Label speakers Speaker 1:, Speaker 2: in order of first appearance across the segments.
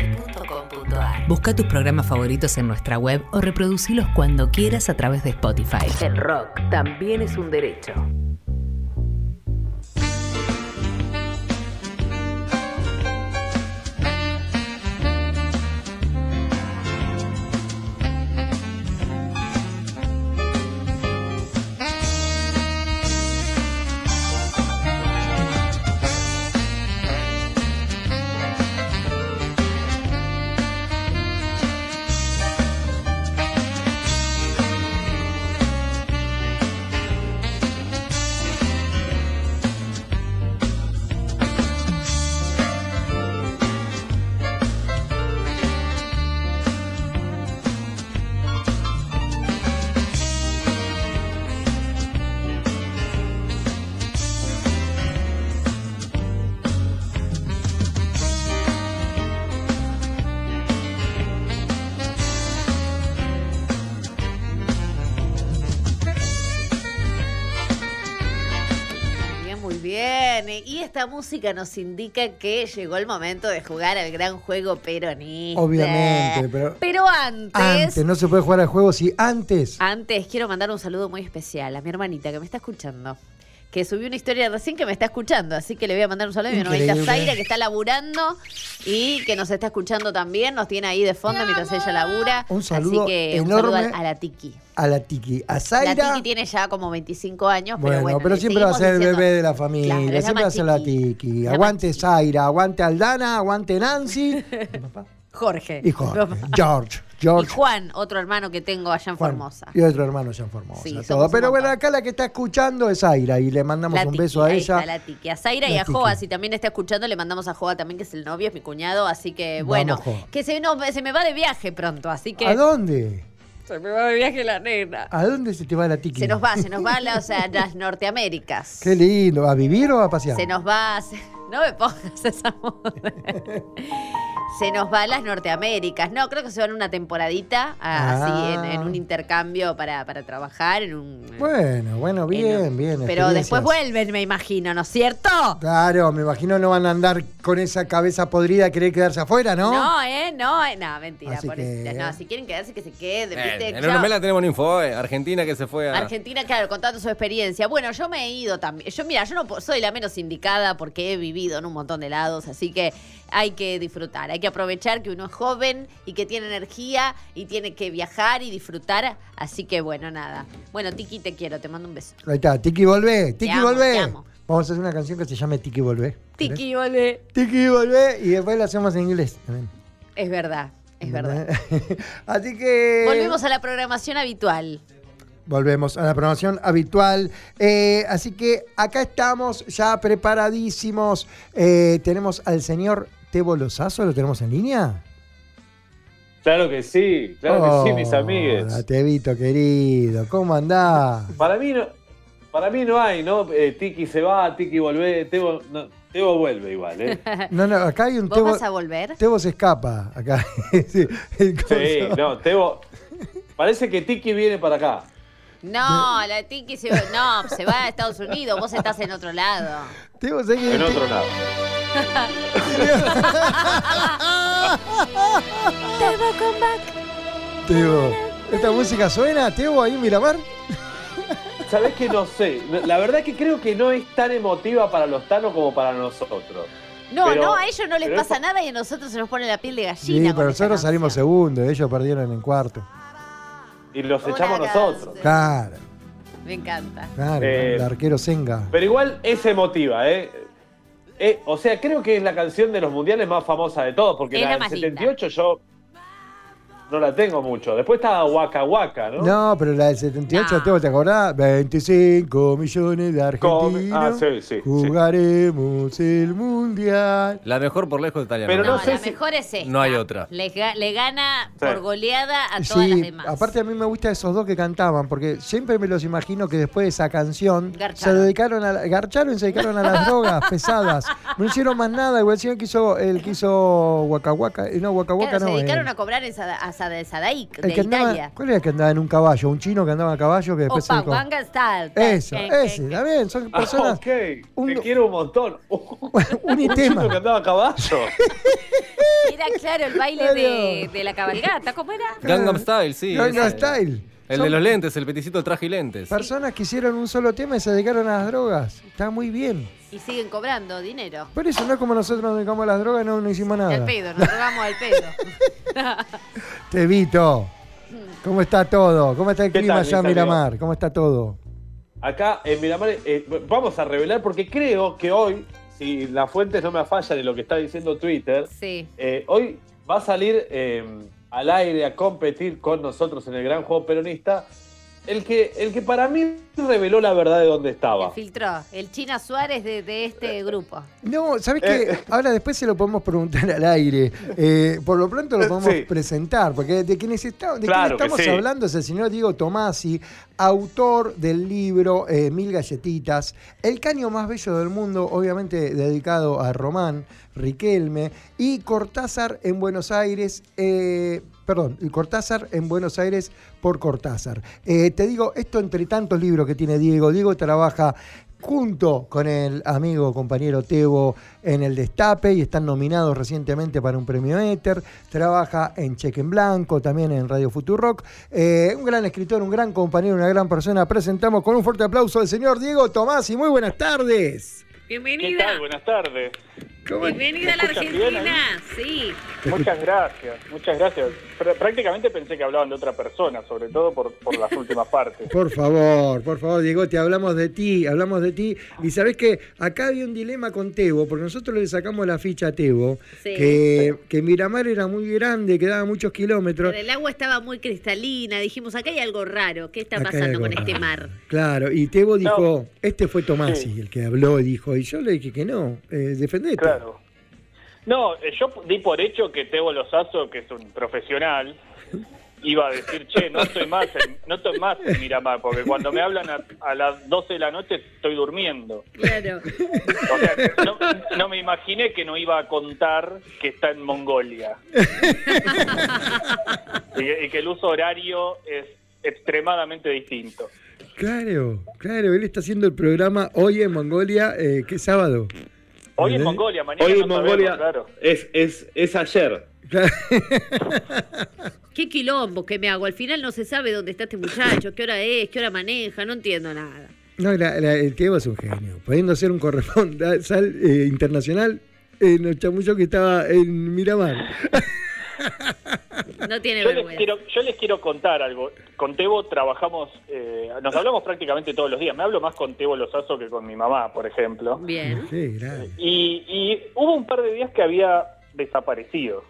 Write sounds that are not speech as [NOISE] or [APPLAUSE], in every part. Speaker 1: radiolaciudad.com.ar.
Speaker 2: Busca tus programas favoritos en nuestra web o reproducilos cuando quieras a través de Spotify.
Speaker 1: El rock también es un derecho.
Speaker 3: Bien, muy bien. Y esta música nos indica que llegó el momento de jugar al gran juego peronista.
Speaker 4: Obviamente, pero-
Speaker 3: Este, Pero antes. Ah.
Speaker 4: Antes, no se puede jugar al juego si antes.
Speaker 3: Antes quiero mandar un saludo muy especial a mi hermanita que me está escuchando. Que subió una historia recién que me está escuchando, así que le voy a mandar un saludo a mi hermanita
Speaker 4: Increíble.
Speaker 3: Zaira que está laburando y que nos está escuchando también, nos tiene ahí de fondo mientras ella labura.
Speaker 4: Un saludo
Speaker 3: así que un
Speaker 4: enorme.
Speaker 3: saludo a, a la Tiki.
Speaker 4: A la Tiki. A Zaira.
Speaker 3: La Tiki tiene ya como 25 años,
Speaker 4: Bueno,
Speaker 3: pero
Speaker 4: pero,
Speaker 3: bueno. le
Speaker 4: siempre va a
Speaker 3: seguimos
Speaker 4: ser el bebé
Speaker 3: diciendo-
Speaker 4: de la familia,
Speaker 3: Claro, la
Speaker 4: siempre va a ser la
Speaker 3: llaman Tiki.
Speaker 4: Tiki.
Speaker 3: La
Speaker 4: Aguante
Speaker 3: llaman Tiki.
Speaker 4: Zaira, aguante Aldana,
Speaker 3: [LAUGHS]
Speaker 4: aguante Nancy.
Speaker 3: Jorge.
Speaker 4: y Jorge.
Speaker 3: Papá.
Speaker 4: George,
Speaker 3: Y
Speaker 4: George.
Speaker 3: Juan, otro hermano que tengo allá en
Speaker 4: Juan.
Speaker 3: Formosa.
Speaker 4: Y otro hermano ya en Formosa.
Speaker 3: Sí, somos
Speaker 4: todo.
Speaker 3: un
Speaker 4: Pero bueno,
Speaker 3: montón.
Speaker 4: acá la que está escuchando es Zaira y le mandamos
Speaker 3: La
Speaker 4: un
Speaker 3: Tiki,
Speaker 4: beso a
Speaker 3: ahí
Speaker 4: ella.
Speaker 3: está la Tiki. A Zaira y
Speaker 4: La
Speaker 3: a
Speaker 4: Tiki.
Speaker 3: Joa, si también está escuchando, le mandamos a Joa también, que es el novio, es mi cuñado. Así que, bueno,
Speaker 4: Vamos, Joa.
Speaker 3: que se, no, se me va de viaje pronto, así que...
Speaker 4: ¿A dónde?
Speaker 3: Se me va de viaje la nena.
Speaker 4: ¿A dónde se te va la Tiki?
Speaker 3: Se nos va, se nos va la- o sea, las Norteaméricas.
Speaker 4: Qué lindo. ¿A vivir o a pasear?
Speaker 3: Se nos va... se- no me pongas esa moda. [LAUGHS] Se nos va a las Norteaméricas. No, creo que se van una temporadita, a- así, en,
Speaker 4: Ah.
Speaker 3: en un intercambio para, para trabajar, en un...
Speaker 4: Bueno, bueno,
Speaker 3: Eh,
Speaker 4: bien,
Speaker 3: no.
Speaker 4: bien.
Speaker 3: Pero después
Speaker 4: experiencias.
Speaker 3: vuelven, me imagino, ¿no es cierto?
Speaker 4: Claro, me imagino no van a andar con esa cabeza podrida a querer quedarse afuera, ¿no?
Speaker 3: No, eh, no, eh, no, mentira.
Speaker 4: Así
Speaker 3: pobrecita.
Speaker 4: que- eh.
Speaker 3: No, si quieren quedarse, que se queden. ¿viste?
Speaker 5: Eh, en
Speaker 3: Yo-
Speaker 5: una mela tenemos un info, eh, Argentina que se fue a.
Speaker 3: Argentina, claro, contando su experiencia. Bueno, yo me he ido también. Yo, mira, yo no po- soy la menos indicada porque he vivido en un montón de lados, así que hay que disfrutar, hay que aprovechar que uno es joven y que tiene energía y tiene que viajar y disfrutar. Así que bueno, nada. Bueno, Tiki, te quiero, te mando un beso.
Speaker 4: Ahí está, Tiki volvé, Tiki
Speaker 3: amo, te
Speaker 4: volvé.
Speaker 3: amo.
Speaker 4: Vamos a hacer una canción que se llame Tiki volvé. ¿Querés?
Speaker 3: Tiki, vale.
Speaker 4: Tiki volvé y después la hacemos en inglés. también.
Speaker 3: Es verdad, es verdad.
Speaker 4: [LAUGHS] Así que
Speaker 3: Volvemos a la programación habitual.
Speaker 4: volvemos a la programación habitual. Eh, así que acá estamos ya preparadísimos. Eh, tenemos al señor Tebo Lozazo, ¿lo tenemos en línea?
Speaker 6: Claro que sí, claro que sí, mis
Speaker 4: Hola,
Speaker 6: amigues.
Speaker 4: Tebito querido,
Speaker 3: [LAUGHS]
Speaker 4: ¿cómo andás?
Speaker 6: Para mí no, para mí no hay, ¿no? Eh, tiki se va, Tiki vuelve, Tebo, no, Tebo vuelve igual, ¿eh?
Speaker 4: No, no, acá hay un
Speaker 3: ¿Vos
Speaker 4: Tebo.
Speaker 3: vas a volver?
Speaker 4: Tebo se escapa acá. [LAUGHS] Sí, el
Speaker 6: Sí,
Speaker 4: coso.
Speaker 6: no, Tebo. Parece que Tiki viene para acá.
Speaker 3: No, la Tiki se va, no, se va a Estados Unidos, vos estás en otro lado.
Speaker 4: Tebo, sé que-
Speaker 6: En otro lado.
Speaker 4: Tebo. ¿Esta música suena, Tebo, ahí en Miramar?
Speaker 6: Sabés que no sé. La verdad que creo que no es tan emotiva para los Tano como para nosotros.
Speaker 3: No,
Speaker 6: Pero-
Speaker 3: no, a ellos no les
Speaker 6: pero es
Speaker 3: pasa
Speaker 6: por-
Speaker 3: nada y a nosotros se nos pone la piel de gallina.
Speaker 4: Sí,
Speaker 3: con
Speaker 4: pero
Speaker 3: esta
Speaker 4: nosotros salimos
Speaker 3: canción.
Speaker 4: segundo, ellos perdieron en cuarto.
Speaker 6: Y los
Speaker 3: Una
Speaker 6: echamos
Speaker 3: canción.
Speaker 6: nosotros.
Speaker 4: Claro,
Speaker 3: Me encanta.
Speaker 4: claro,
Speaker 6: Eh,
Speaker 4: el arquero Senga.
Speaker 6: Pero igual es emotiva, ¿eh? Eh, o sea, creo que es la canción de los mundiales más famosa de todos, porque
Speaker 3: Es la
Speaker 6: la del
Speaker 3: más linda.
Speaker 6: 78 yo no la tengo mucho. Después está Waka Waka, ¿no?
Speaker 4: No, pero la del 78,
Speaker 3: No.
Speaker 4: Tebo, ¿te acordás? 25 millones de
Speaker 6: Con- ah,
Speaker 4: argentinos.
Speaker 6: sí, sí, sí.
Speaker 4: Jugaremos el mundial.
Speaker 5: La mejor por lejos de Italia.
Speaker 6: Pero
Speaker 3: No,
Speaker 6: no sé
Speaker 3: la
Speaker 6: si-
Speaker 3: mejor es esta.
Speaker 5: No hay otra.
Speaker 3: Les ga- Le, gana
Speaker 6: Sí.
Speaker 3: por goleada a todas las
Speaker 4: Sí,
Speaker 3: demás.
Speaker 4: aparte a mí me gustan esos dos que cantaban, porque siempre me los imagino que después de esa canción
Speaker 3: Garcharon.
Speaker 4: se dedicaron a la- garcharon y se dedicaron a
Speaker 3: [LAUGHS]
Speaker 4: las drogas pesadas. No hicieron más nada, igual el señor que hizo, el que hizo Waka Waka, eh, no, Waka
Speaker 3: Claro,
Speaker 4: Waka
Speaker 3: se
Speaker 4: no. eh,
Speaker 3: dedicaron a cobrar en Sada- a Sada- Sadaic
Speaker 4: el
Speaker 3: de
Speaker 4: que andaba-
Speaker 3: Italia.
Speaker 4: ¿Cuál era el que andaba en un caballo? Un chino que andaba a caballo que después
Speaker 3: Opa,
Speaker 4: se dedicó-
Speaker 3: Wanga Style.
Speaker 4: Eso,
Speaker 3: Eh, eh,
Speaker 4: ese, también, son
Speaker 6: [LAUGHS] Ah,
Speaker 4: personas
Speaker 6: ok,
Speaker 4: [LAUGHS]
Speaker 6: te
Speaker 4: un-
Speaker 6: quiero un montón. [LAUGHS] Un
Speaker 4: un
Speaker 6: chico que
Speaker 4: tema.
Speaker 6: andaba a caballo.
Speaker 3: eh. era claro el baile de, de la cabalgata. ¿Cómo era?
Speaker 7: Gangnam Style, sí.
Speaker 4: Gangnam
Speaker 7: ese.
Speaker 4: Style.
Speaker 7: El
Speaker 4: Son
Speaker 7: de los lentes, el peticito traje y lentes.
Speaker 4: Personas que hicieron un solo tema y se dedicaron a las drogas. Está muy bien.
Speaker 8: Y siguen cobrando dinero.
Speaker 4: Por eso no es como nosotros nos dedicamos a las drogas, no, no hicimos
Speaker 8: Al
Speaker 4: nada.
Speaker 8: pedo, nos robamos al
Speaker 6: [LAUGHS]
Speaker 8: pedo.
Speaker 4: Tevito, ¿cómo está todo? ¿Cómo está el
Speaker 6: ¿Qué
Speaker 4: clima
Speaker 6: tal,
Speaker 4: allá en
Speaker 6: Nicanor?
Speaker 4: Miramar? ¿Cómo está todo?
Speaker 6: Acá en Miramar eh, vamos a revelar porque creo que hoy, si las fuentes no me fallan en lo que está diciendo Twitter,
Speaker 3: Sí.
Speaker 6: eh, hoy va a salir eh, al aire a competir con nosotros en el gran juego peronista el que, el que para mí reveló la verdad de dónde
Speaker 8: El
Speaker 6: estaba.
Speaker 8: filtró. El China Suárez de, de este grupo.
Speaker 4: No, ¿sabes
Speaker 6: Eh,
Speaker 4: qué? Ahora después se lo podemos preguntar al aire. Eh, por lo pronto lo podemos
Speaker 6: Sí.
Speaker 4: presentar, porque de quienes está- de quién
Speaker 6: Claro que
Speaker 4: estamos
Speaker 6: sí.
Speaker 4: hablando es el señor Diego Tomasi, autor del libro eh, Mil Galletitas, El Caño Más Bello del Mundo, obviamente dedicado a Román, Riquelme, y Cortázar en Buenos Aires. eh, Perdón, el Cortázar en Buenos Aires por Cortázar. Eh, te digo, esto entre tantos libros que tiene Diego. Diego trabaja junto con el amigo compañero Tebo en el Destape y están nominados recientemente para un premio Éter. Trabaja en Cheque en Blanco, también en Radio Futurock. Eh, un gran escritor, un gran compañero, una gran persona. Presentamos con un fuerte aplauso al señor Diego Tomás y muy buenas tardes.
Speaker 3: Bienvenida.
Speaker 9: Buenas tardes.
Speaker 3: Bienvenida a la Argentina. Sí.
Speaker 9: Muchas gracias, muchas gracias. Pr- prácticamente pensé que hablaban de otra persona, sobre todo por, por las últimas partes.
Speaker 4: Por favor, por favor, Diego, te hablamos de ti, hablamos de ti. Y sabés que acá había un dilema con Tebo, porque nosotros le sacamos la ficha a Tebo,
Speaker 8: Sí.
Speaker 4: que, que Miramar era muy grande, que daba muchos kilómetros.
Speaker 8: Pero el agua estaba muy cristalina. Dijimos, acá hay algo raro. ¿Qué está
Speaker 4: Acá hay
Speaker 8: pasando
Speaker 4: algo
Speaker 8: con
Speaker 4: raro.
Speaker 8: este
Speaker 4: [LAUGHS]
Speaker 8: mar?
Speaker 4: Claro, y Tebo dijo, este fue Tomasi
Speaker 9: Sí.
Speaker 4: el que habló y dijo, y yo le dije que no, eh, defendete.
Speaker 9: Claro. No, eh, yo di por hecho que Tebo Lozazo, que es un profesional, iba a decir, che, no estoy más en, no estoy más en Miramar, porque cuando me hablan a, a las 12 de la noche estoy durmiendo.
Speaker 8: Claro.
Speaker 9: O sea, no, no me imaginé que no iba a contar que está en Mongolia. y, y que el uso horario es extremadamente distinto.
Speaker 4: Claro, claro, él está haciendo el programa hoy en Mongolia, eh, que es sábado.
Speaker 9: Hoy en
Speaker 4: ¿Eh?
Speaker 9: Mongolia, mañana
Speaker 6: [LAUGHS] Hoy
Speaker 9: no
Speaker 6: en
Speaker 9: sabemos,
Speaker 6: Mongolia
Speaker 9: claro.
Speaker 6: es, es, es ayer.
Speaker 4: Claro.
Speaker 8: Qué quilombo que me hago. Al final no se sabe dónde está este muchacho, qué hora es, qué hora maneja. No entiendo nada.
Speaker 4: No, la- la- el Tebo es un genio, pudiendo ser un corresponsal [LAUGHS] eh, internacional en el chamuyo que estaba en Miramar.
Speaker 8: No tiene
Speaker 9: Yo les,
Speaker 8: vergüenza.
Speaker 9: quiero, yo les quiero contar algo. Con Tebo trabajamos, eh, nos
Speaker 8: Ah.
Speaker 9: hablamos prácticamente todos los días. Me hablo más con Tebo Lozazo que con mi mamá, por ejemplo.
Speaker 8: Bien.
Speaker 4: Sí, grave.
Speaker 9: Y, y hubo un par de días que había desaparecido.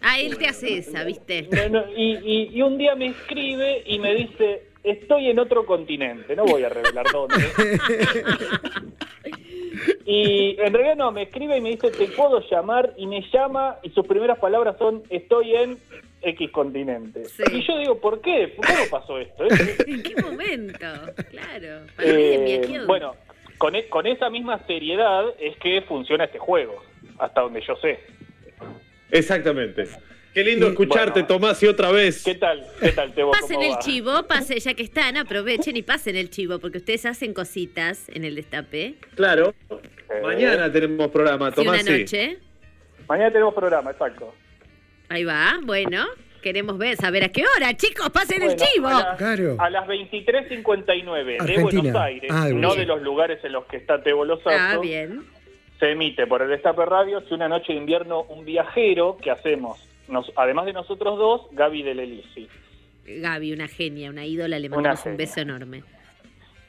Speaker 8: Ah, él te hace esa, ¿viste?
Speaker 9: Bueno, y, y- y un día me escribe y me dice, estoy en otro continente, no voy a revelar dónde. Y en realidad no, me escribe y me dice, te puedo llamar, y me llama y sus primeras palabras son, estoy en X continente.
Speaker 8: Sí.
Speaker 9: Y yo digo, ¿por qué? ¿Cómo pasó esto?
Speaker 8: [LAUGHS]
Speaker 9: Es-
Speaker 8: ¿En qué momento? Claro. Para mí
Speaker 9: eh,
Speaker 8: de mi aquí-
Speaker 9: bueno, con, e- con esa misma seriedad es que funciona este juego, hasta donde yo sé.
Speaker 6: Exactamente. Qué lindo escucharte,
Speaker 9: Bueno.
Speaker 6: Tomás, y otra vez.
Speaker 9: ¿Qué tal? ¿Qué tal, Tebo?
Speaker 8: Pasen
Speaker 9: ¿Cómo
Speaker 8: el
Speaker 9: va?
Speaker 8: chivo, pase, ya que están, aprovechen y pasen el chivo, porque ustedes hacen cositas en el destape.
Speaker 6: Claro.
Speaker 9: Eh,
Speaker 6: Mañana tenemos programa,
Speaker 8: Sí, una
Speaker 6: Tomás. sí.
Speaker 8: noche.
Speaker 9: Mañana tenemos programa, exacto.
Speaker 8: Ahí va, bueno. Queremos ver, saber a qué hora, chicos, pasen el
Speaker 9: Bueno,
Speaker 8: chivo.
Speaker 9: A, las-
Speaker 4: Claro.
Speaker 9: a las 23.59 de
Speaker 4: Oh. Argentina.
Speaker 9: Buenos Aires,
Speaker 4: Ah, de
Speaker 9: no
Speaker 4: Buenos
Speaker 9: de
Speaker 4: Aires.
Speaker 9: los lugares en los que está Tebo Lozazo,
Speaker 8: Ah, bien.
Speaker 9: se emite por el Destape Radio Si una noche de invierno, un viajero que hacemos, Nos- además de nosotros dos, Gaby del Elisi,
Speaker 8: Gaby, una genia, una ídola, le
Speaker 9: Una
Speaker 8: mandamos un
Speaker 9: genia.
Speaker 8: beso enorme.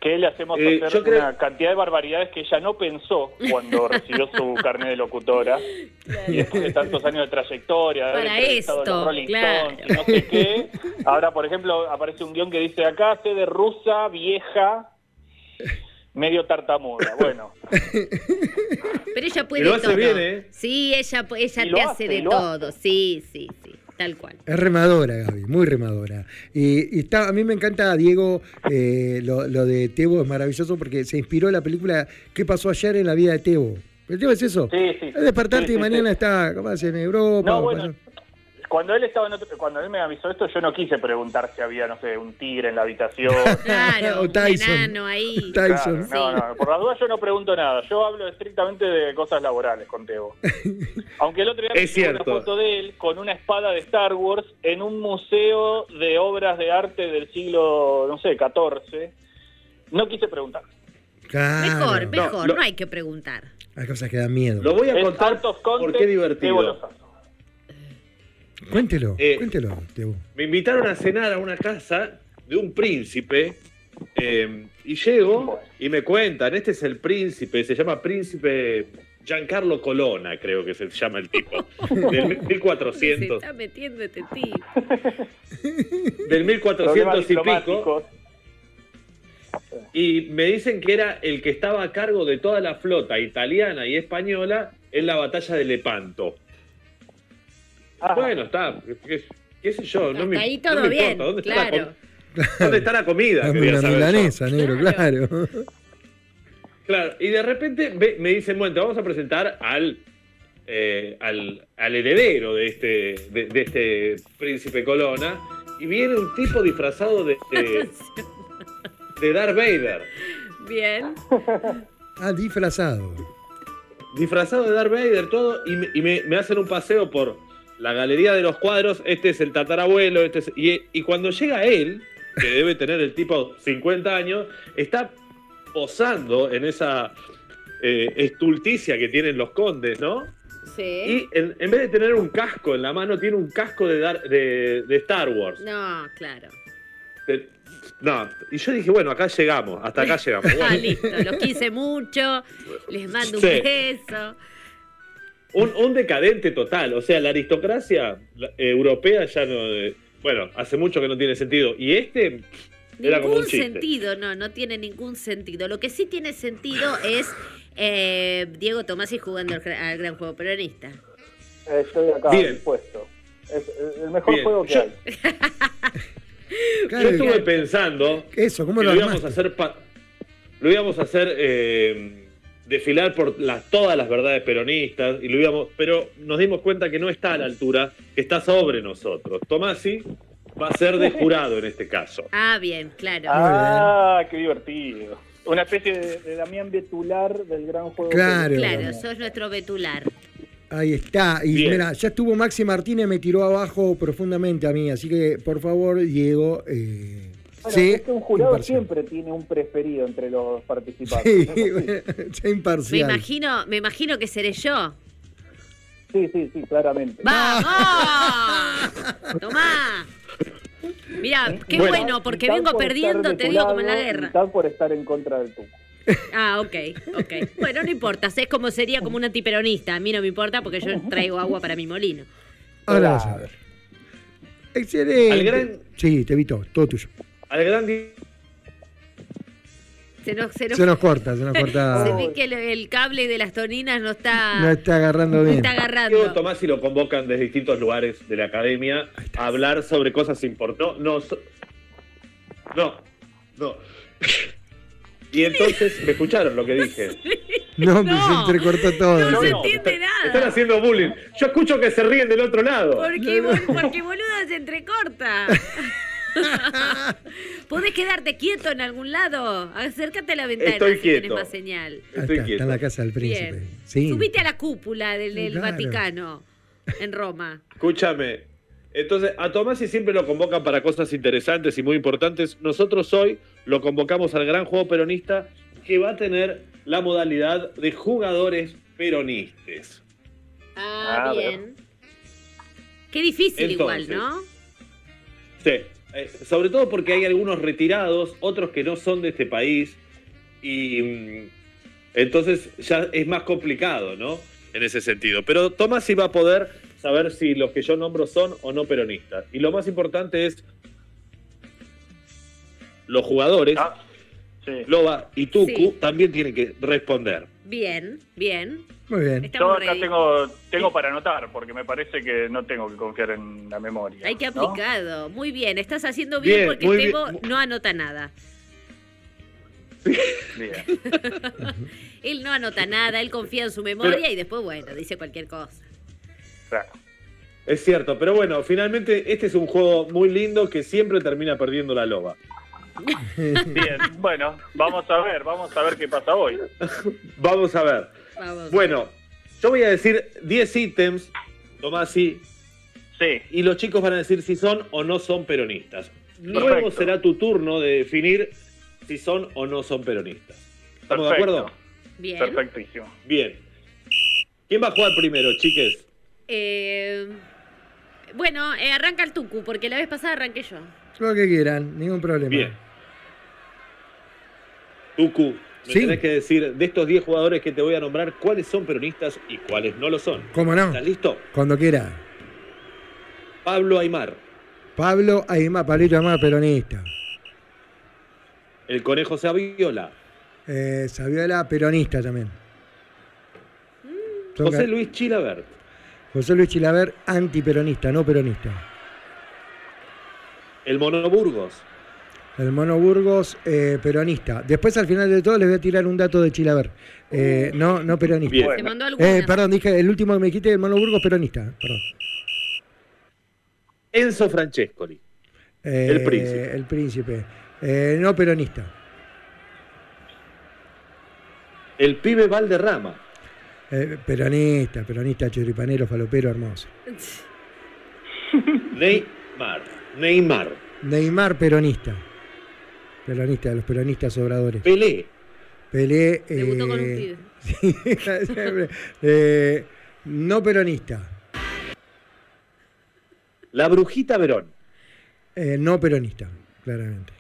Speaker 9: que le hacemos
Speaker 6: Eh,
Speaker 9: hacer
Speaker 6: yo creo-
Speaker 9: una cantidad de barbaridades que ella no pensó
Speaker 6: [LAUGHS]
Speaker 9: cuando recibió su carnet de locutora. Y después de tantos años de trayectoria, de haber
Speaker 8: Para
Speaker 9: entrevistado a los
Speaker 8: esto,
Speaker 9: Rolling
Speaker 8: claro.
Speaker 9: Stones y no sé
Speaker 8: [LAUGHS]
Speaker 9: qué. Ahora, por ejemplo, aparece un guión que dice acá, sede rusa, vieja, medio tartamuda.
Speaker 6: [LAUGHS]
Speaker 9: Bueno,
Speaker 8: Pero ella puede
Speaker 6: Y lo hace
Speaker 8: todo.
Speaker 6: bien, ¿eh?
Speaker 8: Sí, ella, pu- ella
Speaker 9: Y
Speaker 8: te
Speaker 9: lo
Speaker 8: hace,
Speaker 9: hace,
Speaker 8: de
Speaker 9: y lo hace.
Speaker 8: todo. Sí, sí, sí. Tal cual.
Speaker 4: [LAUGHS] Es remadora, Gaby, muy remadora. Y, y está, a mí me encanta, Diego, eh, lo, lo de Tebo es maravilloso porque se inspiró en la película ¿Qué pasó ayer en la vida de Tebo? El tema es eso.
Speaker 9: sí, sí.
Speaker 4: Es despertarte
Speaker 9: Sí,
Speaker 4: y
Speaker 9: sí,
Speaker 4: mañana
Speaker 9: sí.
Speaker 4: está, capaz, en Europa.
Speaker 9: No,
Speaker 4: o
Speaker 9: bueno,
Speaker 4: pasó-
Speaker 9: Cuando él estaba en otro- cuando él me avisó esto, yo no quise preguntar si había, no sé, un tigre en la habitación.
Speaker 3: Claro,
Speaker 4: O
Speaker 3: un
Speaker 4: Oh, Tyson.
Speaker 3: enano ahí.
Speaker 4: Tyson.
Speaker 9: Claro, no, no, por las dudas yo no pregunto nada. Yo hablo estrictamente de cosas laborales
Speaker 6: [LAUGHS]
Speaker 9: con Tebo. Aunque el otro día me
Speaker 6: Es
Speaker 9: llegó
Speaker 6: cierto.
Speaker 9: una foto de él con una espada de Star Wars en un museo de obras de arte del siglo, no sé, XIV. No quise preguntar.
Speaker 4: Claro.
Speaker 3: Mejor,
Speaker 6: No,
Speaker 3: mejor,
Speaker 6: lo-
Speaker 3: no hay que preguntar.
Speaker 4: Hay cosas que dan miedo.
Speaker 6: Lo voy a
Speaker 9: Es
Speaker 6: contar
Speaker 9: out of
Speaker 6: porque
Speaker 9: context,
Speaker 6: es
Speaker 9: Tebo lo
Speaker 6: divertido.
Speaker 9: sabe.
Speaker 4: Cuéntelo,
Speaker 6: Eh,
Speaker 4: cuéntelo, Tebo.
Speaker 6: Me invitaron a cenar a una casa de un príncipe eh, y llego y me cuentan, este es el príncipe, se llama príncipe Giancarlo Colonna, creo que se llama
Speaker 3: [LAUGHS]
Speaker 6: el tipo, del
Speaker 3: Se se
Speaker 6: 1400,
Speaker 3: está metiendo este tío.
Speaker 6: del
Speaker 9: Problemas
Speaker 6: 1400 y pico.
Speaker 9: diplomáticos.
Speaker 6: Y me dicen que era el que estaba a cargo de toda la flota italiana y española en la batalla de Lepanto.
Speaker 9: Ajá.
Speaker 6: Bueno, está, qué, qué sé yo, no me,
Speaker 3: Hasta ahí
Speaker 6: no
Speaker 3: todo
Speaker 6: me
Speaker 3: bien,
Speaker 6: importa. ¿Dónde, está la,
Speaker 3: claro.
Speaker 6: com- ¿Dónde está la
Speaker 4: [LAUGHS]
Speaker 6: comida?
Speaker 4: La
Speaker 6: Quería saber yo.
Speaker 4: milanesa, negro, claro. [LAUGHS]
Speaker 6: Claro, y de repente ve- me dicen, bueno, te vamos a presentar al, eh, al, al heredero de este, de, de este príncipe Colona. Y viene un tipo disfrazado de, de, de Darth Vader.
Speaker 3: Bien.
Speaker 4: Ah, disfrazado.
Speaker 6: Disfrazado de Darth Vader, todo. Y, me, y me- me hacen un paseo por la galería de los cuadros. Este es el tatarabuelo. Este es- y, y cuando llega él, que debe tener el tipo 50 años, está posando en esa eh, estulticia que tienen los condes, ¿no?
Speaker 3: Sí.
Speaker 6: Y en, en vez de tener un casco en la mano, tiene un casco de, Dar- de, de Star Wars.
Speaker 3: No, claro.
Speaker 6: De- no, y yo dije, bueno, acá llegamos, hasta acá
Speaker 3: [LAUGHS]
Speaker 6: llegamos.
Speaker 3: Ah,
Speaker 6: Bueno,
Speaker 3: listo. Los quise mucho. Les mando un
Speaker 6: Sí.
Speaker 3: beso.
Speaker 6: un, un decadente total, o sea, la aristocracia la- eh, europea ya no... eh, bueno, hace mucho que no tiene sentido. Y este era como un
Speaker 3: Ningún
Speaker 6: chiste.
Speaker 3: sentido, no, no tiene ningún sentido. Lo que sí tiene sentido es eh, Diego Tomasi jugando al, gra- al gran juego peronista.
Speaker 9: eh, Estoy acá
Speaker 6: Bien.
Speaker 9: dispuesto. Es es el mejor
Speaker 6: Bien.
Speaker 9: juego que
Speaker 6: Yo-
Speaker 9: hay.
Speaker 6: Yo
Speaker 4: Claro,
Speaker 6: estuve pensando
Speaker 4: Eso, ¿cómo
Speaker 6: que
Speaker 4: lo
Speaker 6: lo íbamos
Speaker 4: armaste?
Speaker 6: a hacer... pa- lo íbamos a hacer eh, desfilar por las, todas las verdades peronistas, y lo íbamos, pero nos dimos cuenta que no está a la altura, que está sobre nosotros. Tomasi va a ser de jurado en este caso.
Speaker 3: Ah, bien, claro.
Speaker 4: Muy bien.
Speaker 9: Ah, qué divertido. Una especie de, de Damián Betular del gran juego.
Speaker 4: Claro.
Speaker 3: Claro, sos nuestro betular.
Speaker 4: Ahí está. Y
Speaker 6: Bien.
Speaker 4: mira, ya estuvo Maxi Martínez, me tiró abajo profundamente a mí. Así que, por favor, Diego. Eh,
Speaker 9: Bueno,
Speaker 4: sé
Speaker 9: es que un jurado
Speaker 4: imparcial.
Speaker 9: siempre tiene un preferido entre los participantes.
Speaker 4: [LAUGHS] Sí,
Speaker 9: ¿no?
Speaker 4: bueno, sé
Speaker 3: Me
Speaker 4: imparcial.
Speaker 3: imagino, me imagino que seré yo.
Speaker 9: Sí, sí, sí, claramente.
Speaker 3: ¡Vamos! Tomá. Mira, qué bueno,
Speaker 6: Bueno.
Speaker 3: porque
Speaker 9: Mitad
Speaker 3: vengo
Speaker 9: por estar
Speaker 3: perdiendo,
Speaker 9: de
Speaker 3: te
Speaker 9: tu
Speaker 3: digo, como en la
Speaker 9: lado,
Speaker 3: guerra.
Speaker 9: mitad por estar en contra del tú.
Speaker 3: Ah, ok, ok. Bueno, no importa, es como sería como un antiperonista. A mí no me importa porque yo traigo agua para mi molino.
Speaker 4: Ahora vas a ver. Excelente.
Speaker 6: Al gran-
Speaker 4: Sí, te evito, todo tuyo.
Speaker 6: Al gran Di-
Speaker 3: Se nos, se nos-
Speaker 4: Se nos corta, se nos
Speaker 3: [LAUGHS] se
Speaker 4: corta.
Speaker 3: ve que el, el cable de las toninas no está,
Speaker 4: No está agarrando
Speaker 3: no
Speaker 4: bien.
Speaker 3: está
Speaker 6: Diego
Speaker 3: agarrando.
Speaker 6: Tomás y lo convocan desde distintos lugares de la academia a hablar sobre cosas importantes. No, no, so- no, no. [LAUGHS] Y entonces me escucharon lo que dije.
Speaker 4: No,
Speaker 3: No.
Speaker 4: se entrecortó todo.
Speaker 3: No se
Speaker 4: Sí.
Speaker 6: me
Speaker 3: entiende
Speaker 6: están-
Speaker 3: nada.
Speaker 6: me Están haciendo bullying. Yo escucho que se ríen del otro lado.
Speaker 3: Porque, bol- porque boluda se
Speaker 6: [LAUGHS]
Speaker 3: entrecorta. ¿Podés quedarte quieto en algún lado? Acércate a la ventana
Speaker 6: Estoy
Speaker 3: si
Speaker 6: quieto.
Speaker 3: tenés más señal.
Speaker 4: Ahí
Speaker 6: Estoy
Speaker 4: está, está
Speaker 6: quieto.
Speaker 4: en la casa del príncipe.
Speaker 3: Bien.
Speaker 4: Sí.
Speaker 3: Subite a la cúpula del, del
Speaker 4: Claro.
Speaker 3: Vaticano en Roma.
Speaker 6: Escúchame. Entonces, a Tomás y siempre lo convocan para cosas interesantes y muy importantes. Nosotros hoy lo convocamos al gran juego peronista que va a tener la modalidad de jugadores peronistas.
Speaker 3: Ah,
Speaker 9: Ah,
Speaker 3: bien. Qué difícil
Speaker 6: Entonces.
Speaker 3: igual, ¿no?
Speaker 6: Sí, eh, sobre todo porque hay algunos retirados, otros que no son de este país, y mm, entonces ya es más complicado, ¿no? En ese sentido. Pero Tomás sí va a poder saber si los que yo nombro son o no peronistas. Y lo más importante es los jugadores,
Speaker 9: Ah, sí.
Speaker 6: Loba y Tuku,
Speaker 3: Sí.
Speaker 6: también tienen que responder.
Speaker 3: Bien, bien.
Speaker 4: Muy bien.
Speaker 9: Yo
Speaker 3: Estamos
Speaker 9: acá
Speaker 3: ready.
Speaker 9: tengo, tengo para anotar, porque me parece que no tengo que confiar en la memoria.
Speaker 3: Hay que
Speaker 9: ¿no?
Speaker 3: aplicado. Muy bien, estás haciendo bien,
Speaker 6: Bien,
Speaker 3: porque
Speaker 6: muy bien.
Speaker 3: Tebo no anota nada.
Speaker 9: Bien.
Speaker 3: Él no anota nada, él confía en su memoria
Speaker 6: Pero-
Speaker 3: y después, bueno, dice cualquier cosa.
Speaker 9: Claro.
Speaker 6: Es cierto, pero bueno, finalmente este es un juego muy lindo que siempre termina perdiendo la loba.
Speaker 9: Bien, bueno, vamos a ver, vamos a ver qué pasa hoy.
Speaker 6: Vamos a ver.
Speaker 3: Vamos.
Speaker 6: Bueno, yo voy a decir 10 ítems, Tomás, sí,
Speaker 9: Sí,
Speaker 6: y los chicos van a decir si son o no son peronistas. Luego
Speaker 9: Perfecto.
Speaker 6: será tu turno de definir si son o no son peronistas. ¿Estamos de
Speaker 9: Perfecto.
Speaker 6: acuerdo?
Speaker 3: Bien.
Speaker 9: perfectísimo.
Speaker 6: Bien. ¿Quién va a jugar primero, chiques?
Speaker 3: Eh, bueno, eh, arranca el Tucu, porque la vez pasada arranqué yo.
Speaker 4: Lo que quieran, ningún problema.
Speaker 6: Bien. Tucu, me
Speaker 4: Sí.
Speaker 6: tenés que decir de estos 10 jugadores que te voy a nombrar cuáles son peronistas y cuáles no lo son.
Speaker 4: ¿Cómo no?
Speaker 6: ¿Estás listo?
Speaker 4: Cuando quiera.
Speaker 6: Pablo Aymar,
Speaker 4: Pablo Aymar, Pablito Aymar, peronista.
Speaker 6: el conejo Saviola,
Speaker 4: Eh, Saviola, peronista también. Son
Speaker 6: Mm. José
Speaker 4: ca-
Speaker 6: Luis Chilabert,
Speaker 4: José Luis Chilaver, antiperonista, no peronista.
Speaker 6: el mono Burgos,
Speaker 4: El Mono Burgos, eh, peronista. Después, al final de todo, les voy a tirar un dato de Chilaver. Eh, no, no peronista.
Speaker 6: Uh. Bien.
Speaker 3: Te mandó alguna.
Speaker 4: Eh, perdón, dije, el último que me quité, el Mono Burgos, peronista. Perdón.
Speaker 6: Enzo Francescoli,
Speaker 4: Eh,
Speaker 6: El príncipe.
Speaker 4: El príncipe. Eh, no peronista.
Speaker 6: el pibe Valderrama,
Speaker 4: Eh, peronista, peronista, choripanero, falopero, hermoso.
Speaker 6: Neymar, Neymar,
Speaker 4: Neymar, peronista. Peronista, de los peronistas obradores.
Speaker 6: Pelé,
Speaker 4: Pelé.
Speaker 3: Debutó con un
Speaker 4: eh,
Speaker 3: pibe.
Speaker 4: [LAUGHS] Sí, siempre. Eh, no peronista.
Speaker 6: la brujita Verón,
Speaker 4: Eh, no peronista, claramente.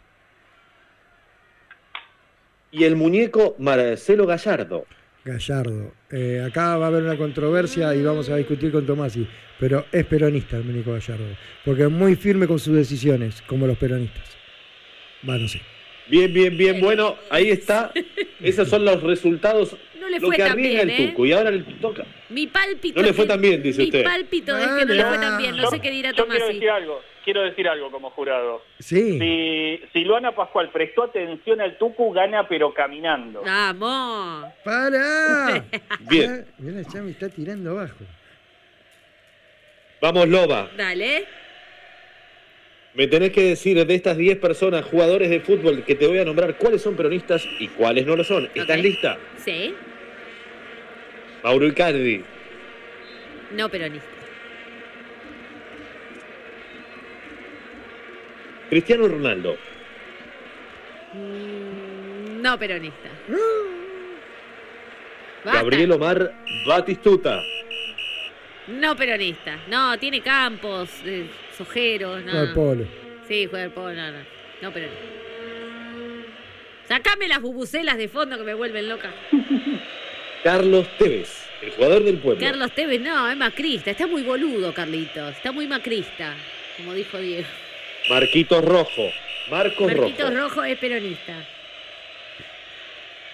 Speaker 6: y el muñeco Marcelo Gallardo.
Speaker 4: Gallardo. Eh, acá va a haber una controversia y vamos a discutir con Tomasi, pero es peronista el Ménico Gallardo, porque es muy firme con sus decisiones, como los peronistas. Bueno, sí.
Speaker 6: Bien, bien, bien, bueno,
Speaker 3: [LAUGHS]
Speaker 6: ahí está. Esos son los resultados.
Speaker 3: No le
Speaker 6: lo
Speaker 3: fue
Speaker 6: que
Speaker 3: tan
Speaker 6: arriesga
Speaker 3: bien,
Speaker 6: el
Speaker 3: ¿eh?
Speaker 6: Tucu. Y ahora le toca.
Speaker 3: Mi pálpito.
Speaker 6: No le
Speaker 3: es
Speaker 6: fue
Speaker 3: que-
Speaker 6: tan bien, dice
Speaker 3: mi
Speaker 6: usted.
Speaker 3: pálpito es
Speaker 4: Ah,
Speaker 3: que no le fue
Speaker 4: mirá.
Speaker 3: tan bien. No
Speaker 4: Yo-
Speaker 3: sé qué dirá
Speaker 9: Yo quiero
Speaker 3: Tomasi.
Speaker 9: decir algo, quiero decir algo como jurado.
Speaker 4: Sí.
Speaker 9: Si, si Luana Pascual prestó atención al Tucu, gana pero caminando.
Speaker 3: Vamos.
Speaker 4: ¡Para!
Speaker 6: Bien.
Speaker 4: Mira, ya me está tirando abajo.
Speaker 6: Vamos, Loba.
Speaker 3: Dale.
Speaker 6: Me tenés que decir de estas 10 personas, jugadores de fútbol, que te voy a nombrar cuáles son peronistas y cuáles no lo son. ¿Estás
Speaker 3: Ok.
Speaker 6: lista?
Speaker 3: Sí.
Speaker 6: Mauro Icardi,
Speaker 3: No peronista.
Speaker 6: Cristiano Ronaldo,
Speaker 3: Mm, No peronista. Basta.
Speaker 6: Gabriel Omar Batistuta,
Speaker 3: No peronista. No, tiene campos, eh, sojeros,
Speaker 4: No, el
Speaker 3: no.
Speaker 4: polo. [LAUGHS]
Speaker 3: Sí, juega al polo, no, no. No peronista. Sacame las bubucelas de fondo que me vuelven loca.
Speaker 6: Carlos Tevez, el jugador del pueblo.
Speaker 3: Carlos Tevez, no, es macrista. Está muy boludo, Carlitos. Está muy macrista, como dijo Diego.
Speaker 6: Marquitos Rojo, Marcos
Speaker 3: Marquitos
Speaker 6: Rojo,
Speaker 3: Rojo es peronista.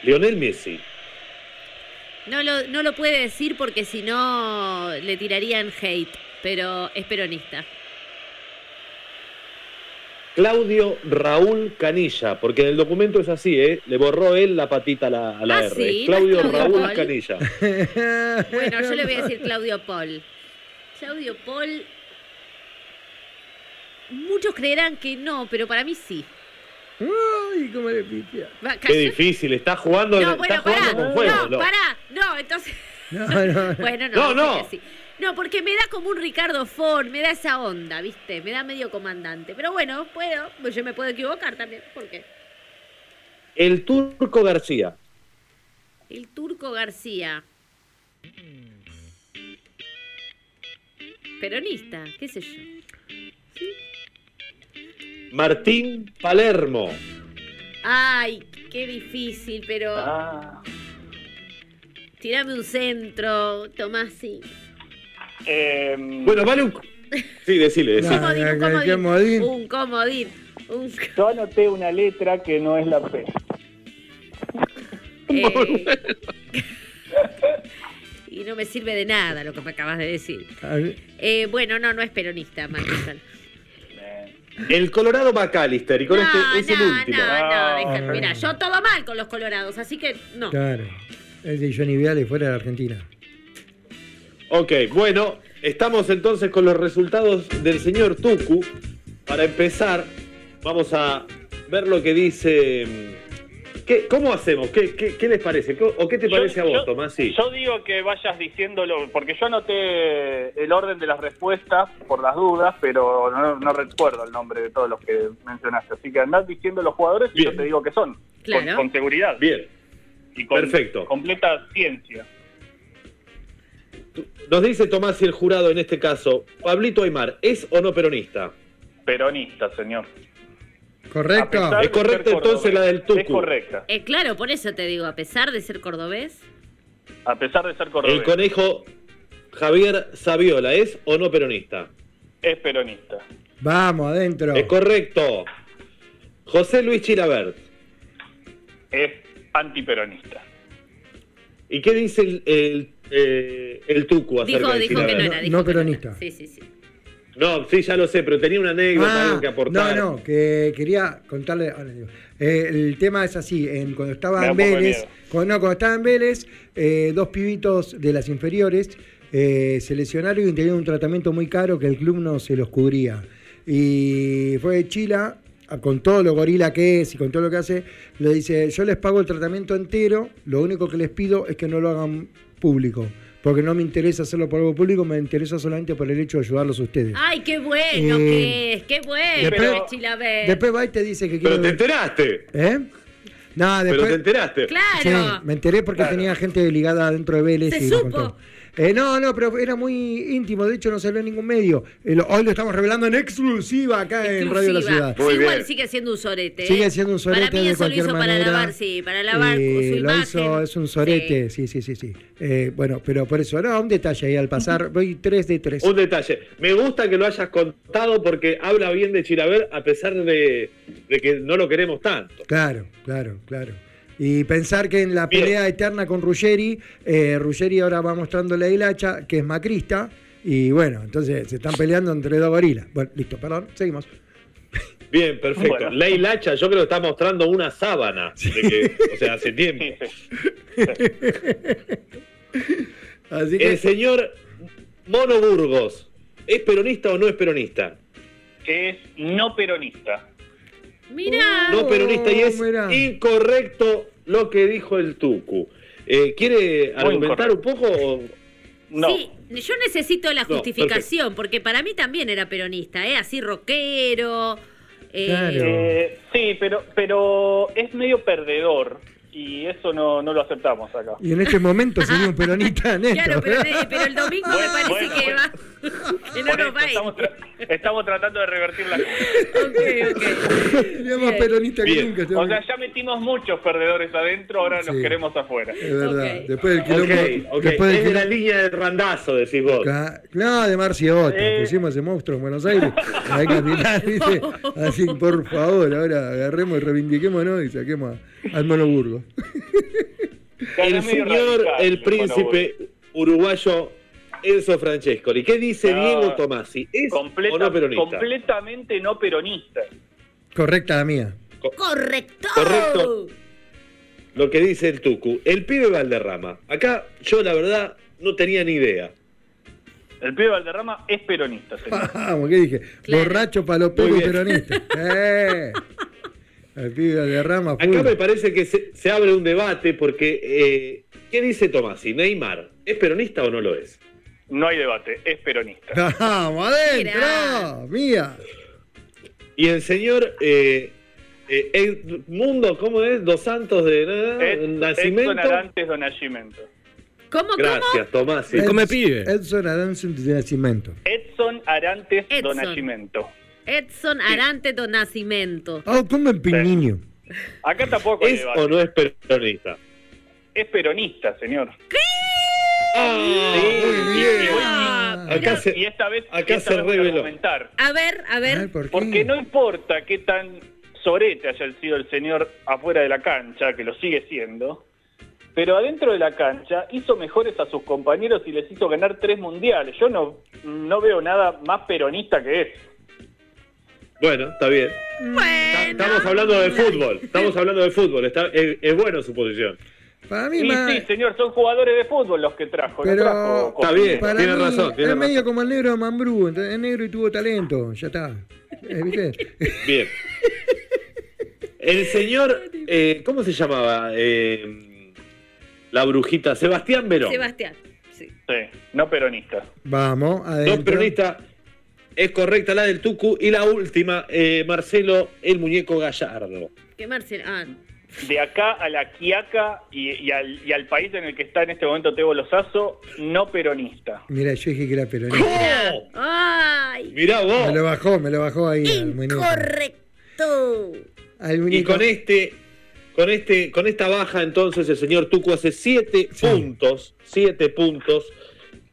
Speaker 6: Lionel Messi,
Speaker 3: No lo, no lo puede decir porque si no le tirarían hate, pero es peronista.
Speaker 6: Claudio Raúl Canilla, porque en el documento es así, ¿eh? Le borró él la patita a la, a la
Speaker 3: Ah,
Speaker 6: R.
Speaker 3: sí,
Speaker 6: Es Claudio
Speaker 3: Claudio
Speaker 6: Raúl
Speaker 3: Raúl. [LAUGHS]
Speaker 6: Canilla.
Speaker 3: Bueno, yo le voy a decir Claudio Paul. Claudio Paul. Muchos creerán que no, pero para mí sí.
Speaker 4: Ay, cómo le pitea.
Speaker 3: Va,
Speaker 6: Qué
Speaker 3: cayó-
Speaker 6: difícil, está jugando,
Speaker 3: No,
Speaker 6: está
Speaker 3: bueno,
Speaker 6: jugando
Speaker 3: pará.
Speaker 6: con fuego.
Speaker 3: No,
Speaker 6: Loba.
Speaker 3: pará. No, entonces.
Speaker 4: No, no.
Speaker 3: Bueno, no.
Speaker 6: No, no.
Speaker 3: porque sí. No, porque me da como un Ricardo Ford, me da esa onda, ¿viste? Me da medio comandante. Pero bueno, puedo, pues yo me puedo equivocar también, porque
Speaker 6: El Turco García,
Speaker 3: el turco García. Peronista, qué sé yo.
Speaker 6: Martín Palermo,
Speaker 3: Ay, qué difícil, pero.
Speaker 9: Ah.
Speaker 3: Tirame un centro, Tomasi.
Speaker 9: Eh,
Speaker 6: Bueno,
Speaker 3: [LAUGHS]
Speaker 6: vale un... Sí, decile, decile.
Speaker 4: No.
Speaker 3: Comodín, un
Speaker 4: Ah, qué
Speaker 3: comodín.
Speaker 4: comodín.
Speaker 3: Un comodín. Un...
Speaker 9: yo anoté una letra que no es la P.
Speaker 3: eh, y no me sirve de nada lo que me acabas de decir.
Speaker 4: A ver,
Speaker 3: Eh, bueno, no, no es peronista, Martín.
Speaker 6: [LAUGHS] El Colorado McAllister, y con
Speaker 3: no,
Speaker 6: este es el
Speaker 3: no,
Speaker 6: último.
Speaker 3: no,
Speaker 9: Ah.
Speaker 3: no, déjame. Mira, yo todo mal con los colorados, así que no.
Speaker 4: Claro. Es de Johnny Viale fuera de la Argentina.
Speaker 6: Ok, bueno, Estamos entonces con los resultados del señor Tuku. Para empezar, vamos a ver lo que dice. mm, ¿Qué, ¿Cómo hacemos? ¿Qué, qué, qué les parece? ¿Qué- ¿O qué te parece a vos, Tomás? Sí.
Speaker 9: Yo digo que vayas diciéndolo, porque yo anoté el orden de las respuestas por las dudas, pero no, no recuerdo el nombre de todos los que mencionaste. Así que andás diciendo los jugadores y
Speaker 6: Bien.
Speaker 9: yo te digo que son. con-
Speaker 3: Claro.
Speaker 9: Con, seguridad.
Speaker 6: Bien,
Speaker 9: Y con
Speaker 6: perfecto.
Speaker 9: completa ciencia.
Speaker 6: nos dice Tomás y el jurado en este caso, Pablito Aymar, ¿es o no peronista?
Speaker 9: Peronista, señor. A
Speaker 4: ¿Correcto?
Speaker 9: pesar
Speaker 6: Es correcta
Speaker 9: de ser
Speaker 6: entonces la del Tucu.
Speaker 9: Es correcta.
Speaker 3: Eh, claro, por eso te digo, a pesar de ser cordobés,
Speaker 9: A pesar de ser
Speaker 6: El
Speaker 9: cordobés.
Speaker 6: conejo Javier Saviola, ¿es o no peronista?
Speaker 9: Es peronista.
Speaker 4: Vamos, adentro.
Speaker 6: Es correcto. José Luis Chilabert.
Speaker 9: Es antiperonista.
Speaker 6: ¿Y qué dice el, el, eh, el Tucu acerca
Speaker 3: dijo,
Speaker 6: de
Speaker 3: dijo que no
Speaker 6: Chilabert?
Speaker 3: era.
Speaker 4: No-
Speaker 3: dijo
Speaker 4: no
Speaker 3: que
Speaker 4: peronista.
Speaker 3: Sí, sí, sí.
Speaker 6: No, sí, ya lo sé, pero tenía una anécdota,
Speaker 4: Ah,
Speaker 6: algo que aportar.
Speaker 4: No, no, que quería contarle. ahora digo. Eh, el tema es así: en- cuando
Speaker 9: Me
Speaker 4: estaba
Speaker 9: da
Speaker 4: en
Speaker 9: un poco de
Speaker 4: Vélez,
Speaker 9: miedo.
Speaker 4: cuando, no, cuando estaba en Vélez, eh, dos pibitos de las inferiores eh, se lesionaron y tenían un tratamiento muy caro que el club no se los cubría. Y fue de Chila, a- con todo lo gorila que es y con todo lo que hace, le dice: Yo les pago el tratamiento entero, lo único que les pido es que no lo hagan público. Porque no me interesa hacerlo por algo público, me interesa solamente por el hecho de ayudarlos a ustedes.
Speaker 3: Ay, qué bueno
Speaker 4: Eh,
Speaker 3: que es, qué bueno
Speaker 4: después-
Speaker 3: que es Chilabert.
Speaker 4: Después va y te dice que
Speaker 6: Pero te
Speaker 4: quiere.
Speaker 6: enteraste.
Speaker 4: ¿Eh? No,
Speaker 6: Pero te
Speaker 4: después.
Speaker 6: enteraste.
Speaker 4: Sí,
Speaker 3: claro.
Speaker 4: me enteré porque tenía gente ligada dentro de Vélez
Speaker 3: Se
Speaker 4: y lo
Speaker 3: supo.
Speaker 4: contó. Eh, no, no, pero era muy íntimo. De hecho, no salió en ningún medio. Eh, lo- hoy lo estamos revelando en exclusiva acá en Radio La
Speaker 3: Exclusiva.
Speaker 4: Ciudad.
Speaker 6: Muy
Speaker 3: Sí, igual
Speaker 6: bien.
Speaker 3: sigue siendo un sorete. ¿eh?
Speaker 4: Sigue siendo un sorete
Speaker 3: Para mí
Speaker 4: de
Speaker 3: eso lo
Speaker 4: cualquier
Speaker 3: hizo
Speaker 4: manera.
Speaker 3: para lavar, sí, para lavar
Speaker 4: Eh,
Speaker 3: su
Speaker 4: lo
Speaker 3: imagen.
Speaker 4: hizo, es un sorete, sí, sí, sí, sí. Eh, bueno, pero por eso, no, un detalle ahí
Speaker 3: [LAUGHS]
Speaker 4: al pasar. Voy 3 de 3.
Speaker 6: Un detalle. Me gusta que lo hayas contado porque habla bien de Chilabert a pesar de, de que no lo queremos tanto.
Speaker 4: Claro, claro, claro. Y pensar que en la
Speaker 6: Bien.
Speaker 4: pelea eterna con Ruggeri, eh, Ruggeri ahora va mostrando la hilacha, que es macrista, y bueno, entonces se están peleando entre dos gorilas. Bueno, listo, perdón, seguimos.
Speaker 6: Bien, perfecto.
Speaker 9: Bueno.
Speaker 6: Ley Lacha, yo creo que está mostrando una sábana. de que- o sea, hace tiempo.
Speaker 9: Sí, sí.
Speaker 4: Así que
Speaker 6: El señor Mono Burgos, ¿es peronista o no es peronista?
Speaker 9: Es no peronista.
Speaker 3: Mirá.
Speaker 6: No peronista y es
Speaker 4: Oh, mirá.
Speaker 6: incorrecto lo que dijo el Tucu. Eh, ¿Quiere argumentar un
Speaker 9: incorrecto.
Speaker 6: poco? o-
Speaker 9: No.
Speaker 3: Sí, yo necesito la
Speaker 6: No,
Speaker 3: justificación, porque para mí también era peronista, ¿eh? Así rockero. eh,
Speaker 4: Claro.
Speaker 9: Eh, sí, pero, pero es medio perdedor y eso no, no lo aceptamos acá.
Speaker 4: y en este momento sería
Speaker 3: [LAUGHS]
Speaker 4: un peronista en esto.
Speaker 3: Claro, pero, eh, pero el domingo me
Speaker 9: Bueno,
Speaker 3: parece
Speaker 9: bueno,
Speaker 3: que
Speaker 9: bueno.
Speaker 3: va. que no
Speaker 9: Por
Speaker 3: nos
Speaker 9: eso
Speaker 3: va a ir.
Speaker 9: estamos, tra- estamos tratando de revertir la
Speaker 3: Ok, ok.
Speaker 4: [LAUGHS] Sería más
Speaker 3: Bien.
Speaker 4: peronista que
Speaker 6: [LAUGHS] Bien.
Speaker 4: nunca. este
Speaker 9: O
Speaker 4: hombre.
Speaker 9: sea, ya metimos muchos perdedores adentro, ahora los
Speaker 4: Sí.
Speaker 9: queremos afuera.
Speaker 4: es verdad.
Speaker 3: ok.
Speaker 4: Después del
Speaker 6: Ok,
Speaker 4: quilombo.
Speaker 6: ok.
Speaker 4: Después del
Speaker 6: Es de la
Speaker 4: quilombo-
Speaker 6: línea del randazo, decís vos.
Speaker 4: Ca- No, de Marciota,
Speaker 9: Eh.
Speaker 4: pusimos ese monstruo en Buenos Aires. Hay que mirar, ¿viste? Así, por favor, ahora agarremos y reivindiquémonos y saquemos a- al Monoburgo.
Speaker 6: El
Speaker 9: Está medio
Speaker 6: señor,
Speaker 9: radical,
Speaker 6: el príncipe uruguayo Enzo Francescoli. ¿Qué dice
Speaker 9: No,
Speaker 6: Diego Tomasi? ¿Es
Speaker 9: Completa-
Speaker 6: o no peronista?
Speaker 9: completamente no peronista.
Speaker 4: Correcta la mía.
Speaker 3: Correcto.
Speaker 6: Correcto. Lo que dice el Tucu. El pibe Valderrama. Acá yo, la verdad, no tenía ni idea.
Speaker 9: El pibe Valderrama es peronista,
Speaker 6: [LAUGHS]
Speaker 9: señor.
Speaker 4: Vamos, ¿qué dije?
Speaker 3: Claro.
Speaker 4: Borracho, palopero
Speaker 6: Muy
Speaker 4: y
Speaker 6: bien.
Speaker 4: peronista. ¡Eh! El pibe de rama
Speaker 6: Acá me parece que se, se abre un debate porque, eh, ¿qué dice Tomasi? Neymar, ¿es peronista o no lo es?
Speaker 9: No hay debate, es peronista.
Speaker 4: [LAUGHS] ¡Vamos, adentro! ¡Mía!
Speaker 6: Y el señor eh, eh, Edmundo, ¿cómo es? Dos Santos de na-
Speaker 9: Es,
Speaker 6: Nacimiento.
Speaker 9: Edson Arantes de Nacimiento.
Speaker 3: ¿Cómo, cómo?
Speaker 6: Gracias, Tomasi.
Speaker 7: El come
Speaker 4: Edson-
Speaker 7: pibe.
Speaker 4: Edson Aranson de Nacimiento.
Speaker 9: Edson Arantes de
Speaker 3: Edson.
Speaker 9: Nacimiento.
Speaker 3: Edson Arante do Nascimento.
Speaker 4: Oh, come en piniño.
Speaker 9: Acá tampoco hay
Speaker 6: ¿Es
Speaker 9: debate.
Speaker 6: o no es peronista?
Speaker 9: Es peronista, señor.
Speaker 6: Ah, muy
Speaker 9: Y-
Speaker 6: bien.
Speaker 9: y voy-
Speaker 3: Ah,
Speaker 6: Acá
Speaker 3: mirá.
Speaker 6: se-
Speaker 9: Y esta vez,
Speaker 6: Acá
Speaker 9: esta
Speaker 6: se
Speaker 9: vez voy a
Speaker 6: reveló.
Speaker 9: argumentar.
Speaker 3: A ver, a
Speaker 4: Ay,
Speaker 3: ver.
Speaker 4: ¿por qué?
Speaker 9: Porque no importa qué tan sorete haya sido el señor afuera de la cancha, que lo sigue siendo, pero adentro de la cancha hizo mejores a sus compañeros y les hizo ganar tres mundiales. Yo no, no veo nada más peronista que eso.
Speaker 6: Bueno, está bien.
Speaker 3: bueno.
Speaker 6: Estamos hablando de fútbol. Estamos hablando de fútbol. Está, es, es bueno su posición.
Speaker 4: Para mí
Speaker 9: Y
Speaker 4: más.
Speaker 9: sí, señor, son jugadores de fútbol los que trajo. no
Speaker 4: Pero-
Speaker 9: trajo
Speaker 4: Está
Speaker 9: comida.
Speaker 6: bien.
Speaker 4: Para
Speaker 6: tiene
Speaker 4: mí,
Speaker 6: razón, tiene
Speaker 4: es medio
Speaker 6: razón.
Speaker 4: como el negro de Mambrú, ¿entendés? es negro y tuvo talento, ya está. Eh, ¿Viste?
Speaker 6: [LAUGHS] Bien. El señor, eh, ¿cómo se llamaba? Eh, la brujita, Sebastián Verón.
Speaker 3: Sebastián. Sí.
Speaker 9: Sí, no peronista.
Speaker 4: Vamos, adentro.
Speaker 6: Dos peronistas. Es correcta la del Tucu. Y la última, eh, Marcelo, el muñeco gallardo.
Speaker 3: Que Marcel. Ah,
Speaker 9: De acá a la Quiaca y, y al, y al país en el que está en este momento Tebo Lozazo, no peronista.
Speaker 4: Mira, yo dije que era peronista.
Speaker 6: ¡Oh!
Speaker 3: ¡Ay!
Speaker 6: Mirá
Speaker 4: Me lo
Speaker 6: vos.
Speaker 4: bajó, me lo bajó ahí al muñeco.
Speaker 3: ¡Incorrecto!
Speaker 4: Al
Speaker 6: Y
Speaker 4: muñeco.
Speaker 6: con este, con este, con esta baja, entonces el señor Tucu hace siete
Speaker 4: Sí.
Speaker 6: puntos. Siete puntos.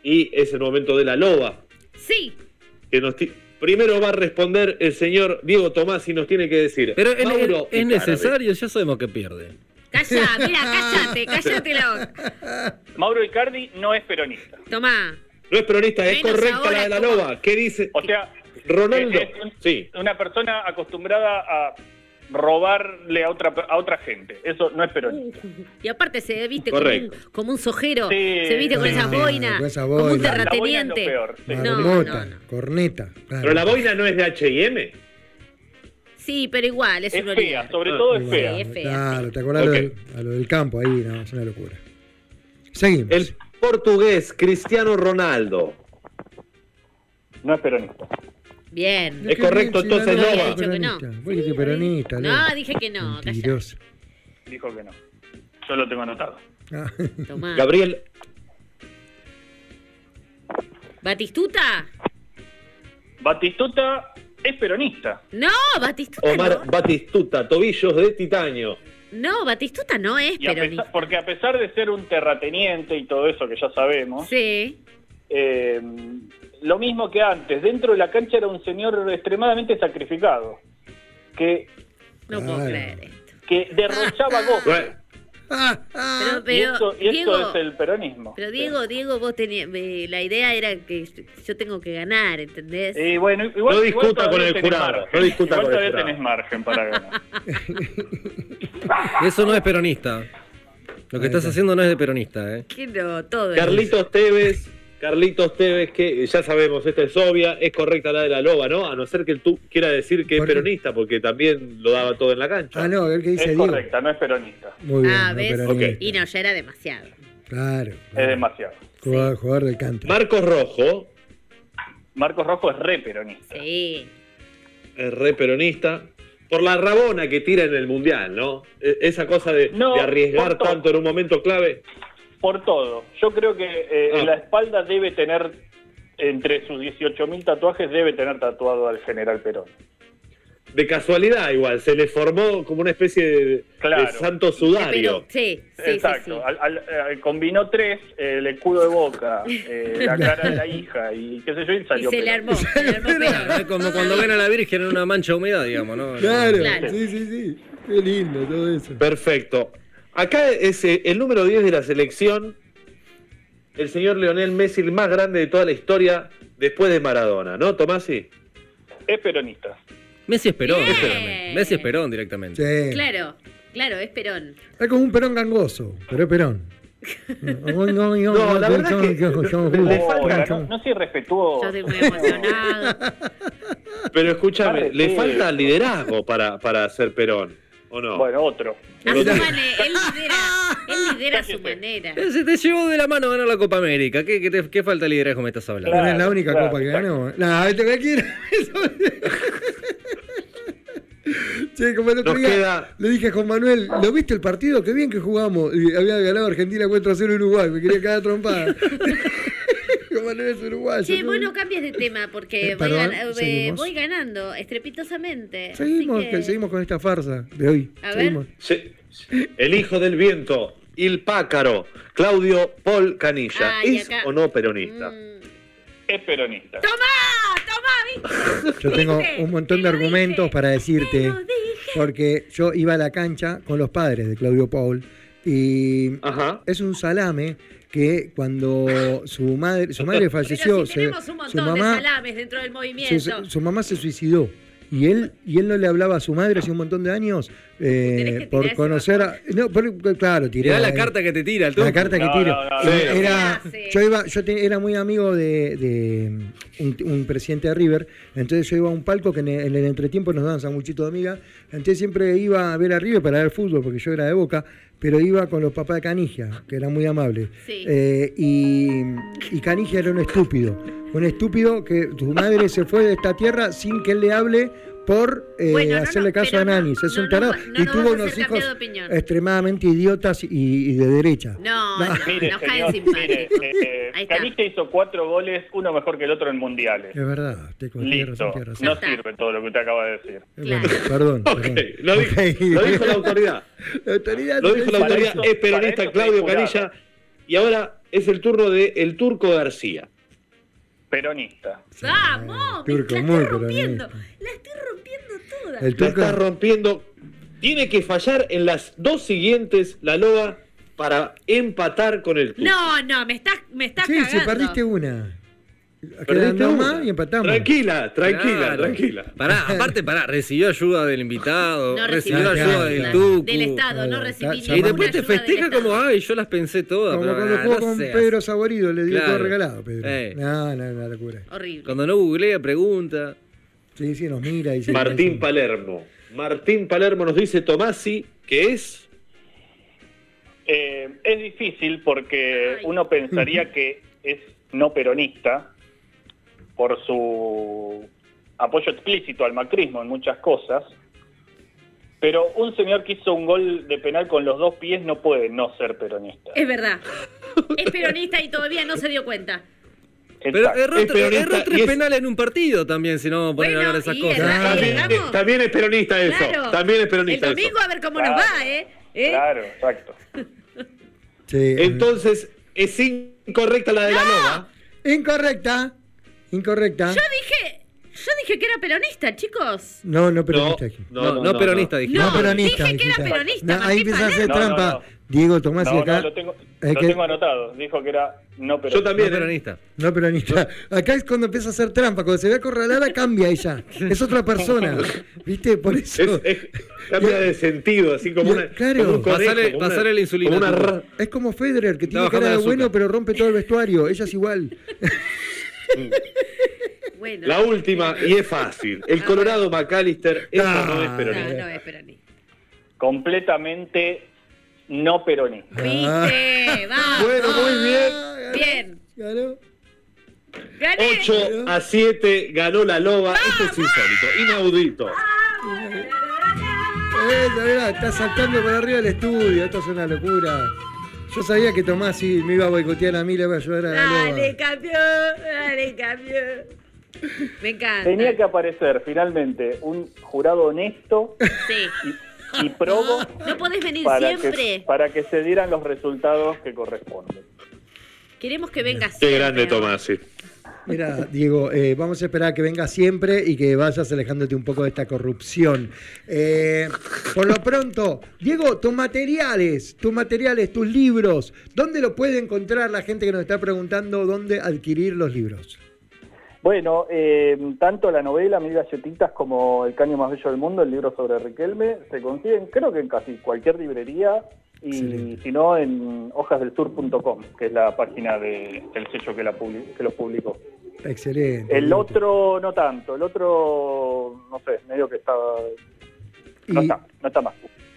Speaker 6: Y es el momento de la loba.
Speaker 3: Sí.
Speaker 6: que nos ti- Primero va a responder el señor Diego Tomás y nos tiene que decir.
Speaker 5: Pero es,
Speaker 6: Mauro
Speaker 5: es
Speaker 6: Icardi.
Speaker 5: necesario, ya sabemos que pierde.
Speaker 3: Calla, mira, cállate, cállate la boca.
Speaker 9: Mauro Icardi no es peronista.
Speaker 3: Tomá.
Speaker 6: No es peronista, es
Speaker 3: Menos
Speaker 6: correcta
Speaker 3: ahora,
Speaker 6: la de la
Speaker 3: Tomás.
Speaker 6: loba. ¿Qué dice?
Speaker 9: O sea,
Speaker 6: Ronaldo.
Speaker 9: es- es un-
Speaker 6: Sí.
Speaker 9: una persona acostumbrada a robarle a otra a otra gente. Eso no es peronista.
Speaker 3: Y aparte se viste como un,
Speaker 6: Correcto.
Speaker 3: como un sojero.
Speaker 9: Sí.
Speaker 3: Se viste con
Speaker 4: Sí,
Speaker 3: esa boina.
Speaker 4: con esa
Speaker 3: Como un
Speaker 4: boina.
Speaker 9: La boina es lo
Speaker 3: terrateniente.
Speaker 9: peor. sí.
Speaker 3: No,
Speaker 4: Marmota,
Speaker 3: no, no.
Speaker 4: corneta. claro.
Speaker 6: Pero la boina no es de HM.
Speaker 3: Sí, pero igual, es,
Speaker 9: Es
Speaker 3: un
Speaker 9: fea,
Speaker 3: oligarca.
Speaker 9: sobre todo es
Speaker 4: Muy
Speaker 9: fea.
Speaker 4: bueno,
Speaker 3: Es fea,
Speaker 4: Claro,
Speaker 3: sí.
Speaker 4: ¿te acordás
Speaker 6: Ok.
Speaker 4: lo del- a lo del campo ahí? No, es una locura. Seguimos.
Speaker 6: El portugués Cristiano Ronaldo.
Speaker 9: No es peronista.
Speaker 3: Bien.
Speaker 6: Es correcto,
Speaker 4: Sí, la
Speaker 6: entonces,
Speaker 4: loba.
Speaker 3: Loba. Había dicho que no.
Speaker 4: Peronista. Vos dijiste
Speaker 3: No,
Speaker 4: peronista, Loba.
Speaker 3: dije que no, calla.
Speaker 4: Mentiroso. [LAUGHS]
Speaker 9: Dijo que no. Yo lo tengo anotado.
Speaker 4: Ah,
Speaker 3: Tomá.
Speaker 6: Gabriel.
Speaker 3: ¿Batistuta?
Speaker 9: Batistuta es peronista.
Speaker 3: No, Batistuta
Speaker 6: Omar
Speaker 3: no.
Speaker 6: Batistuta, tobillos de titanio.
Speaker 3: No, Batistuta no es
Speaker 9: Y a
Speaker 3: peronista.
Speaker 9: pesar- porque a pesar de ser un terrateniente y todo eso que ya sabemos,
Speaker 3: Sí.
Speaker 9: eh, lo mismo que antes, dentro de la cancha era un señor extremadamente sacrificado, que,
Speaker 3: No puedo
Speaker 4: Claro.
Speaker 3: creer esto.
Speaker 9: que derrochaba goles.
Speaker 6: Bueno,
Speaker 4: ah, ah.
Speaker 3: Pero,
Speaker 9: Y
Speaker 3: Ah. pero,
Speaker 9: eso, y eso
Speaker 3: Diego,
Speaker 9: es el peronismo.
Speaker 3: pero Diego, Diego, vos tenías, eh, la idea era que yo tengo que ganar, ¿entendés?
Speaker 9: Y bueno,
Speaker 6: No
Speaker 9: igual, igual
Speaker 6: discuta
Speaker 9: todavía
Speaker 6: con el
Speaker 9: tenés
Speaker 6: jurado,
Speaker 9: margen.
Speaker 6: no discuta
Speaker 9: Igual
Speaker 6: con el
Speaker 9: todavía
Speaker 6: jurado.
Speaker 9: tenés margen para ganar.
Speaker 5: Eso no es peronista. Lo que estás haciendo no es de peronista, ¿eh?
Speaker 3: Que no, todo. es-
Speaker 6: Carlitos Tevez. Carlitos Tevez, que ya sabemos, esta es obvia, es correcta la de la loba, ¿no? A no ser que tú quiera decir que es
Speaker 4: ¿Por qué?
Speaker 6: peronista, porque también lo daba todo en la cancha.
Speaker 4: Ah, no, a ver qué dice
Speaker 9: Es
Speaker 4: Diego.
Speaker 9: correcta, no es peronista.
Speaker 4: Muy bien,
Speaker 3: Ah,
Speaker 4: no,
Speaker 3: ¿ves?
Speaker 4: peronista.
Speaker 3: Y no, ya era demasiado.
Speaker 4: Claro.
Speaker 9: Es
Speaker 4: claro.
Speaker 9: demasiado.
Speaker 4: Jugador, jugador del canto.
Speaker 6: Marcos Rojo,
Speaker 9: Marcos Rojo es re peronista.
Speaker 3: Sí.
Speaker 6: es re peronista. Por la rabona que tira en el mundial, ¿no? E- Esa cosa de,
Speaker 9: No,
Speaker 6: de arriesgar
Speaker 9: por todo.
Speaker 6: tanto en un momento clave.
Speaker 9: Por todo. Yo creo que eh,
Speaker 6: Ah.
Speaker 9: en la espalda debe tener, entre sus 18.000 tatuajes, debe tener tatuado al general Perón.
Speaker 6: De casualidad, igual. Se le formó como una especie de,
Speaker 9: Claro.
Speaker 6: de santo
Speaker 3: Pero,
Speaker 6: sudario.
Speaker 3: sí, sí,
Speaker 9: Exacto.
Speaker 3: sí,
Speaker 9: Al- al- al- combinó tres, el escudo de boca, eh, la cara de la hija y qué sé yo, y
Speaker 3: sí. Y
Speaker 9: salió.
Speaker 3: se le
Speaker 9: Perón.
Speaker 3: armó, se le
Speaker 4: [LAUGHS]
Speaker 3: armó
Speaker 5: Claro, es
Speaker 3: peor.
Speaker 5: como cuando ven a la Virgen en una mancha húmeda, digamos, ¿no?
Speaker 4: Claro,
Speaker 3: Claro.
Speaker 4: sí, sí, sí. Qué lindo todo eso.
Speaker 6: Perfecto. Acá es eh, el número 10 de la selección. El señor Leonel Messi, el más grande de toda la historia después de Maradona, ¿no, Tomasi?
Speaker 9: Es peronista.
Speaker 5: Messi es Perón,
Speaker 3: Bien.
Speaker 5: directamente. Messi es Perón directamente.
Speaker 4: Sí.
Speaker 3: Claro, claro, es Perón.
Speaker 4: Es como un perón gangoso, pero es perón. No, no, no,
Speaker 6: [LAUGHS] No, la
Speaker 4: yo-
Speaker 6: verdad
Speaker 4: yo-
Speaker 6: que-
Speaker 4: yo- yo-
Speaker 6: Le
Speaker 9: Oh,
Speaker 6: falta-
Speaker 9: no, no soy respetuoso.
Speaker 3: Yo estoy muy emocionado.
Speaker 6: Pero escúchame,
Speaker 9: Arre,
Speaker 6: le
Speaker 9: sí.
Speaker 6: falta liderazgo para, para ser Perón, ¿o no?
Speaker 9: [LAUGHS] Bueno, otro.
Speaker 3: A su manera, él lidera, él lidera a su manera.
Speaker 5: Eh, Se te llevó de la mano a ganar la Copa América. ¿Qué, qué te- qué falta de liderazgo me estás hablando?
Speaker 4: Pero es la única
Speaker 9: Claro,
Speaker 4: copa que
Speaker 9: claro.
Speaker 4: ganó. No, esto cualquiera. [LAUGHS] Eso- Che, como el otro
Speaker 6: Nos
Speaker 4: día
Speaker 6: queda-
Speaker 4: le dije a Juan Manuel, ¿lo viste el partido? Qué bien que jugamos. Y había ganado Argentina 4-0 Uruguay, me quería quedar trompada. [LAUGHS] Juan Manuel es uruguayo.
Speaker 3: Che,
Speaker 4: ¿no?
Speaker 3: vos no cambies de tema porque
Speaker 4: Eh,
Speaker 3: voy,
Speaker 4: perdón,
Speaker 3: gan- eh,
Speaker 4: seguimos.
Speaker 3: voy ganando estrepitosamente. así
Speaker 4: Seguimos,
Speaker 3: que-
Speaker 4: que seguimos con esta farsa de hoy.
Speaker 3: A ver.
Speaker 4: Seguimos.
Speaker 6: Se- el hijo del viento, el pácaro, Claudio Paul Canilla.
Speaker 3: Ay,
Speaker 6: ¿Es
Speaker 3: acá-
Speaker 6: o no peronista?
Speaker 3: Mm.
Speaker 9: Es peronista.
Speaker 3: Ah, ¡Tomá! ¡Tomá! ¿viste?
Speaker 4: Yo tengo
Speaker 3: ¿Viste?
Speaker 4: un montón
Speaker 3: Te
Speaker 4: de
Speaker 3: lo
Speaker 4: argumentos
Speaker 3: dije,
Speaker 4: para
Speaker 3: te
Speaker 4: decirte,
Speaker 3: lo dije.
Speaker 4: porque yo iba a la cancha con los padres de Claudio Paul y
Speaker 9: [LAUGHS]
Speaker 6: Ajá.
Speaker 4: es un salame que cuando su madre, su madre falleció,
Speaker 3: Pero si
Speaker 4: se-
Speaker 3: tenemos un
Speaker 4: su
Speaker 3: montón de
Speaker 4: mamá,
Speaker 3: salames dentro del
Speaker 4: su,
Speaker 3: movimiento.
Speaker 4: su- su mamá se suicidó y él y él no le hablaba a su madre hace un montón de años. eh,
Speaker 3: Tenés que tirar
Speaker 4: por
Speaker 3: ese
Speaker 4: conocer a, no, pero, claro, tiré
Speaker 5: Mirá
Speaker 4: eh,
Speaker 5: la carta que te tira el
Speaker 4: la
Speaker 5: turco.
Speaker 4: carta que
Speaker 9: No,
Speaker 4: tiro.
Speaker 9: no, no,
Speaker 4: Eh,
Speaker 9: no,
Speaker 5: no.
Speaker 4: era,
Speaker 3: ¿Qué hace?
Speaker 4: yo iba, yo te- era muy amigo de, de, mm, un, un presidente de River, entonces yo iba a un palco que en el, en el entretiempo nos daban sanguchito de amiga, entonces siempre iba a ver a River para ver fútbol, porque yo era de Boca, pero iba con los papás de Canigia, que eran muy amables.
Speaker 3: Sí.
Speaker 4: Eh, y, y Canigia era un estúpido, un estúpido que tu madre se fue de esta tierra sin que él le hable por eh,
Speaker 3: Bueno, no,
Speaker 4: hacerle
Speaker 3: no,
Speaker 4: caso
Speaker 3: pero
Speaker 4: a
Speaker 3: no,
Speaker 4: Nanis, es
Speaker 3: no
Speaker 4: un
Speaker 3: nos
Speaker 4: tarado,
Speaker 3: va- no
Speaker 4: y
Speaker 3: nos vas
Speaker 4: tuvo
Speaker 3: a
Speaker 4: unos
Speaker 3: hacer
Speaker 4: hijos
Speaker 3: cambiar de opinión.
Speaker 4: extremadamente idiotas y, y de derecha. [LAUGHS]
Speaker 3: No, no,
Speaker 9: Mire,
Speaker 3: nos caen
Speaker 9: señor, mire,
Speaker 3: simpáticos.
Speaker 9: eh, eh,
Speaker 3: Ahí está.
Speaker 9: Canilla hizo cuatro goles, uno mejor que el otro en mundiales.
Speaker 4: Es verdad, te con tiene
Speaker 9: Listo.
Speaker 4: razón, tiene razón.
Speaker 9: No
Speaker 3: está.
Speaker 9: sirve todo lo que usted acaba de decir.
Speaker 4: Es verdad,
Speaker 3: Claro.
Speaker 4: Perdón,
Speaker 6: Ok,
Speaker 4: perdón.
Speaker 6: lo, dijo,
Speaker 4: Ok.
Speaker 6: lo dijo
Speaker 4: [LAUGHS]
Speaker 6: la autoridad.
Speaker 4: La autoridad
Speaker 6: Lo dijo la
Speaker 9: Para
Speaker 6: autoridad.
Speaker 9: eso-
Speaker 6: Es
Speaker 9: para
Speaker 6: peronista
Speaker 9: eso
Speaker 6: Claudio
Speaker 9: soy jurado.
Speaker 6: Canilla. Y ahora es el turno de el turco García.
Speaker 9: Peronista.
Speaker 3: Vamos, me-
Speaker 4: Turco,
Speaker 3: la
Speaker 4: muy
Speaker 3: estoy rompiendo.
Speaker 4: peronista.
Speaker 3: La estoy rompiendo toda.
Speaker 4: El
Speaker 6: La
Speaker 4: turco
Speaker 6: está rompiendo. Tiene que fallar en las dos siguientes la loba para empatar con el turco.
Speaker 3: No, no, me estás, me estás
Speaker 4: Sí,
Speaker 3: cagando.
Speaker 4: si perdiste una.
Speaker 6: Perdiste
Speaker 4: Quedan dos
Speaker 6: una.
Speaker 4: más y empatamos.
Speaker 6: Tranquila, tranquila,
Speaker 5: Claro.
Speaker 6: tranquila.
Speaker 5: Pará, aparte, pará, recibió ayuda del invitado,
Speaker 3: No recibí
Speaker 5: recibió
Speaker 4: nada,
Speaker 5: ayuda
Speaker 4: claro.
Speaker 5: del
Speaker 3: nada.
Speaker 5: Tucu.
Speaker 3: Del Estado, no
Speaker 4: Claro, Ah, está-
Speaker 3: recibí
Speaker 4: ya
Speaker 5: Y
Speaker 3: ninguna
Speaker 5: después te
Speaker 3: ayuda del
Speaker 5: festeja
Speaker 3: Estado.
Speaker 5: como, ay, yo las pensé todas.
Speaker 4: Como
Speaker 5: pero
Speaker 4: cuando
Speaker 5: nah,
Speaker 4: jugó
Speaker 5: no
Speaker 4: con
Speaker 5: seas-
Speaker 4: Pedro Saborido, le dio todo
Speaker 5: Claro.
Speaker 4: regalado, Pedro.
Speaker 5: Eh.
Speaker 4: No, no, una locura.
Speaker 3: Horrible.
Speaker 5: Cuando no googlea, pregunta.
Speaker 4: Sí, sí, nos mira y dice.
Speaker 6: Martín Palermo. Martín Palermo nos dice Tomasi que es
Speaker 9: Eh, es difícil porque
Speaker 3: Ay.
Speaker 9: uno pensaría que es no peronista por su apoyo explícito al macrismo en muchas cosas. Pero un señor que hizo un gol de penal con los dos pies no puede no ser peronista.
Speaker 3: Es verdad. Es peronista y todavía no se dio cuenta.
Speaker 5: Pero
Speaker 9: Exacto.
Speaker 5: erró,
Speaker 6: es peronista
Speaker 5: erró tres
Speaker 6: y es-
Speaker 5: penales en un partido también, si no vamos a poner
Speaker 3: Bueno,
Speaker 5: a hablar de esas
Speaker 3: y
Speaker 5: cosas.
Speaker 3: erra-
Speaker 4: Claro.
Speaker 3: eh,
Speaker 6: También,
Speaker 3: erramos.
Speaker 6: también es peronista eso.
Speaker 3: Claro.
Speaker 6: También es peronista
Speaker 3: El
Speaker 6: eso.
Speaker 3: domingo a ver cómo nos
Speaker 9: Claro,
Speaker 3: va, ¿eh? ¿Eh?
Speaker 9: Claro, exacto.
Speaker 4: Sí.
Speaker 6: Entonces, es incorrecta la de la loba.
Speaker 4: Incorrecta. Incorrecta.
Speaker 3: Yo dije, yo dije que era peronista, chicos.
Speaker 4: No, no, pero
Speaker 6: No,
Speaker 4: está aquí.
Speaker 5: No, no, peronista, dije.
Speaker 3: No,
Speaker 4: No, peronista.
Speaker 3: dije que era
Speaker 4: dijiste.
Speaker 3: peronista,
Speaker 4: No, ahí
Speaker 3: Martín
Speaker 4: empieza a hacer
Speaker 9: Palermo. No,
Speaker 4: trampa.
Speaker 9: no,
Speaker 4: Diego Tomás y
Speaker 9: No,
Speaker 4: acá.
Speaker 9: no, lo tengo,
Speaker 4: es
Speaker 9: lo
Speaker 4: que-
Speaker 9: tengo anotado. Dijo que era no peronista.
Speaker 6: Yo
Speaker 5: No
Speaker 6: también. ¿eh?
Speaker 5: peronista.
Speaker 4: No peronista. Acá es cuando empieza a hacer trampa. Cuando se ve acorralada, cambia ella. Es otra persona. ¿Viste? Por eso.
Speaker 6: Es, es
Speaker 4: [LAUGHS]
Speaker 6: cambia de sentido, así como una.
Speaker 4: Claro.
Speaker 6: como un conejo,
Speaker 5: Pasale-
Speaker 6: como una-
Speaker 5: pasale la insulina,
Speaker 6: como una
Speaker 5: tú.
Speaker 6: ra-
Speaker 4: Es como Federer, que tiene
Speaker 5: Está
Speaker 4: cara de
Speaker 5: bajando el
Speaker 4: bueno,
Speaker 5: azúcar.
Speaker 4: pero rompe todo el vestuario. Ella es igual.
Speaker 3: Bueno.
Speaker 6: la última, y es fácil. El Colorado McAllister, eso
Speaker 4: Ah.
Speaker 6: no es peronista.
Speaker 3: No, no es peronista.
Speaker 9: Completamente no peronista.
Speaker 3: Viste, vamos.
Speaker 6: Ah. Bueno, muy bien.
Speaker 4: Ah.
Speaker 3: Bien.
Speaker 4: Claro.
Speaker 3: Gané.
Speaker 6: 8 a 7 ganó la loba. Esto es insólito, inaudito.
Speaker 4: Esa, mirá, Eh, está saltando por arriba del estudio. Esto es una locura. Yo sabía que Tomás sí, me iba a boicotear a mí, le iba a ayudar a la
Speaker 3: Dale,
Speaker 4: loba.
Speaker 3: campeón. Dale, campeón. Me encanta.
Speaker 9: Tenía que aparecer finalmente un jurado honesto
Speaker 3: Sí.
Speaker 9: y, y probo
Speaker 3: [LAUGHS] No podés venir
Speaker 9: para
Speaker 3: siempre.
Speaker 9: que, para que se dieran los resultados que corresponden.
Speaker 3: Queremos que vengas.
Speaker 6: Qué grande, Tomasi.
Speaker 4: Mira, Diego, eh, vamos a esperar a que vengas siempre y que vayas alejándote un poco de esta corrupción. Eh, por lo pronto, Diego, tus materiales, tus materiales, tus libros, ¿dónde lo puede encontrar la gente que nos está preguntando dónde adquirir los libros?
Speaker 9: Bueno, eh, tanto la novela Mil Galletitas como El Caño Más Bello del Mundo, el libro sobre Riquelme, se consiguen creo que en casi cualquier librería y
Speaker 4: Excelente.
Speaker 9: si no en hojasdelsur.com, que es la página de- del sello que, la publi- que los publicó.
Speaker 4: Excelente.
Speaker 9: El
Speaker 4: Diego.
Speaker 9: otro no tanto, el otro no sé, medio que está...
Speaker 4: Y-
Speaker 9: No está, no está más.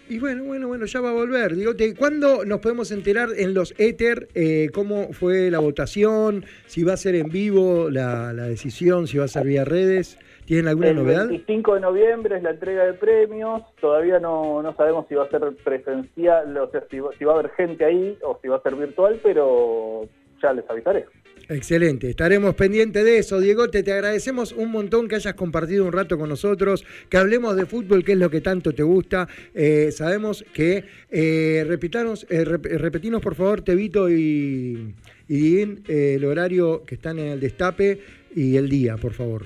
Speaker 4: Y bueno, bueno, bueno, ya va a volver. Digo, ¿te- ¿cuándo nos podemos enterar en los éter eh, cómo fue la votación? Si va a ser en vivo la, la decisión, si va a ser vía redes. ¿Tienen alguna
Speaker 9: El
Speaker 4: novedad?
Speaker 9: 25 de noviembre es la entrega de premios. Todavía no, no sabemos si va a ser presencial, o sea, si, va- si va a haber gente ahí o si va a ser virtual, pero ya les avisaré.
Speaker 4: Excelente, estaremos pendientes de eso, Diego. Te, te agradecemos un montón que hayas compartido un rato con nosotros, que hablemos de fútbol, que es lo que tanto te gusta. Eh, sabemos que eh, repitanos, eh, rep- repetinos, por favor, Tevito y, y Dieguín, eh, el horario que están en el destape y el día, por favor.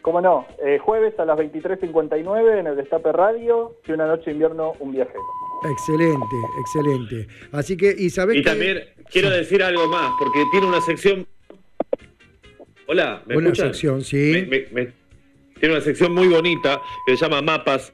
Speaker 9: Como no, eh, jueves a las 23.59 en el Destape Radio, que una noche de invierno, un viajero.
Speaker 4: Excelente, excelente. Así que, y sabés
Speaker 6: Y
Speaker 4: que-
Speaker 6: también quiero decir algo más, porque tiene una sección. Hola, ¿me
Speaker 4: Una
Speaker 6: escuchan?
Speaker 4: sección, sí.
Speaker 6: Me- me- me- Tiene una sección muy bonita que se llama Mapas.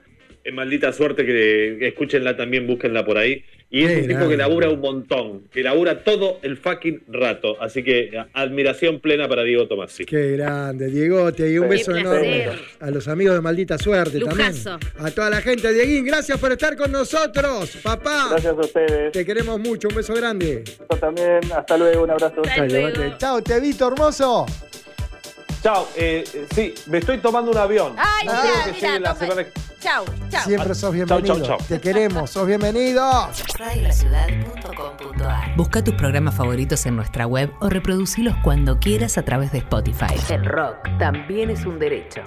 Speaker 6: en Maldita Suerte, que, que escúchenla también, búsquenla por ahí. Y es
Speaker 4: Qué
Speaker 6: un tipo
Speaker 4: grande.
Speaker 6: que labura un montón, que labura todo el fucking rato. Así que a- admiración plena para Diego Tomasi.
Speaker 4: Qué grande, Diegote, y un
Speaker 6: Qué
Speaker 4: beso
Speaker 3: placer.
Speaker 4: enorme a los amigos de Maldita Suerte
Speaker 3: Lujazo.
Speaker 4: también. A toda la gente, Dieguín, gracias por estar con nosotros,
Speaker 3: Ah.
Speaker 4: papá.
Speaker 9: Gracias a ustedes.
Speaker 4: Te queremos mucho, un beso grande.
Speaker 9: Yo también. Hasta luego. Un abrazo.
Speaker 3: Hasta luego.
Speaker 4: Chao, te visto hermoso.
Speaker 6: Chao, eh, eh, sí, me estoy tomando un avión.
Speaker 8: Ay,
Speaker 6: No
Speaker 8: ya,
Speaker 6: creo que
Speaker 8: mira,
Speaker 6: llegue la
Speaker 8: toma.
Speaker 6: semana-
Speaker 8: Chau, chau.
Speaker 4: Siempre sos bienvenido.
Speaker 6: chau, chau.
Speaker 4: Te queremos, sos bienvenido.
Speaker 1: Radiolaciudad.com.ar
Speaker 2: Busca tus programas favoritos en nuestra web o reproducilos cuando quieras a través de Spotify.
Speaker 1: El rock también es un derecho.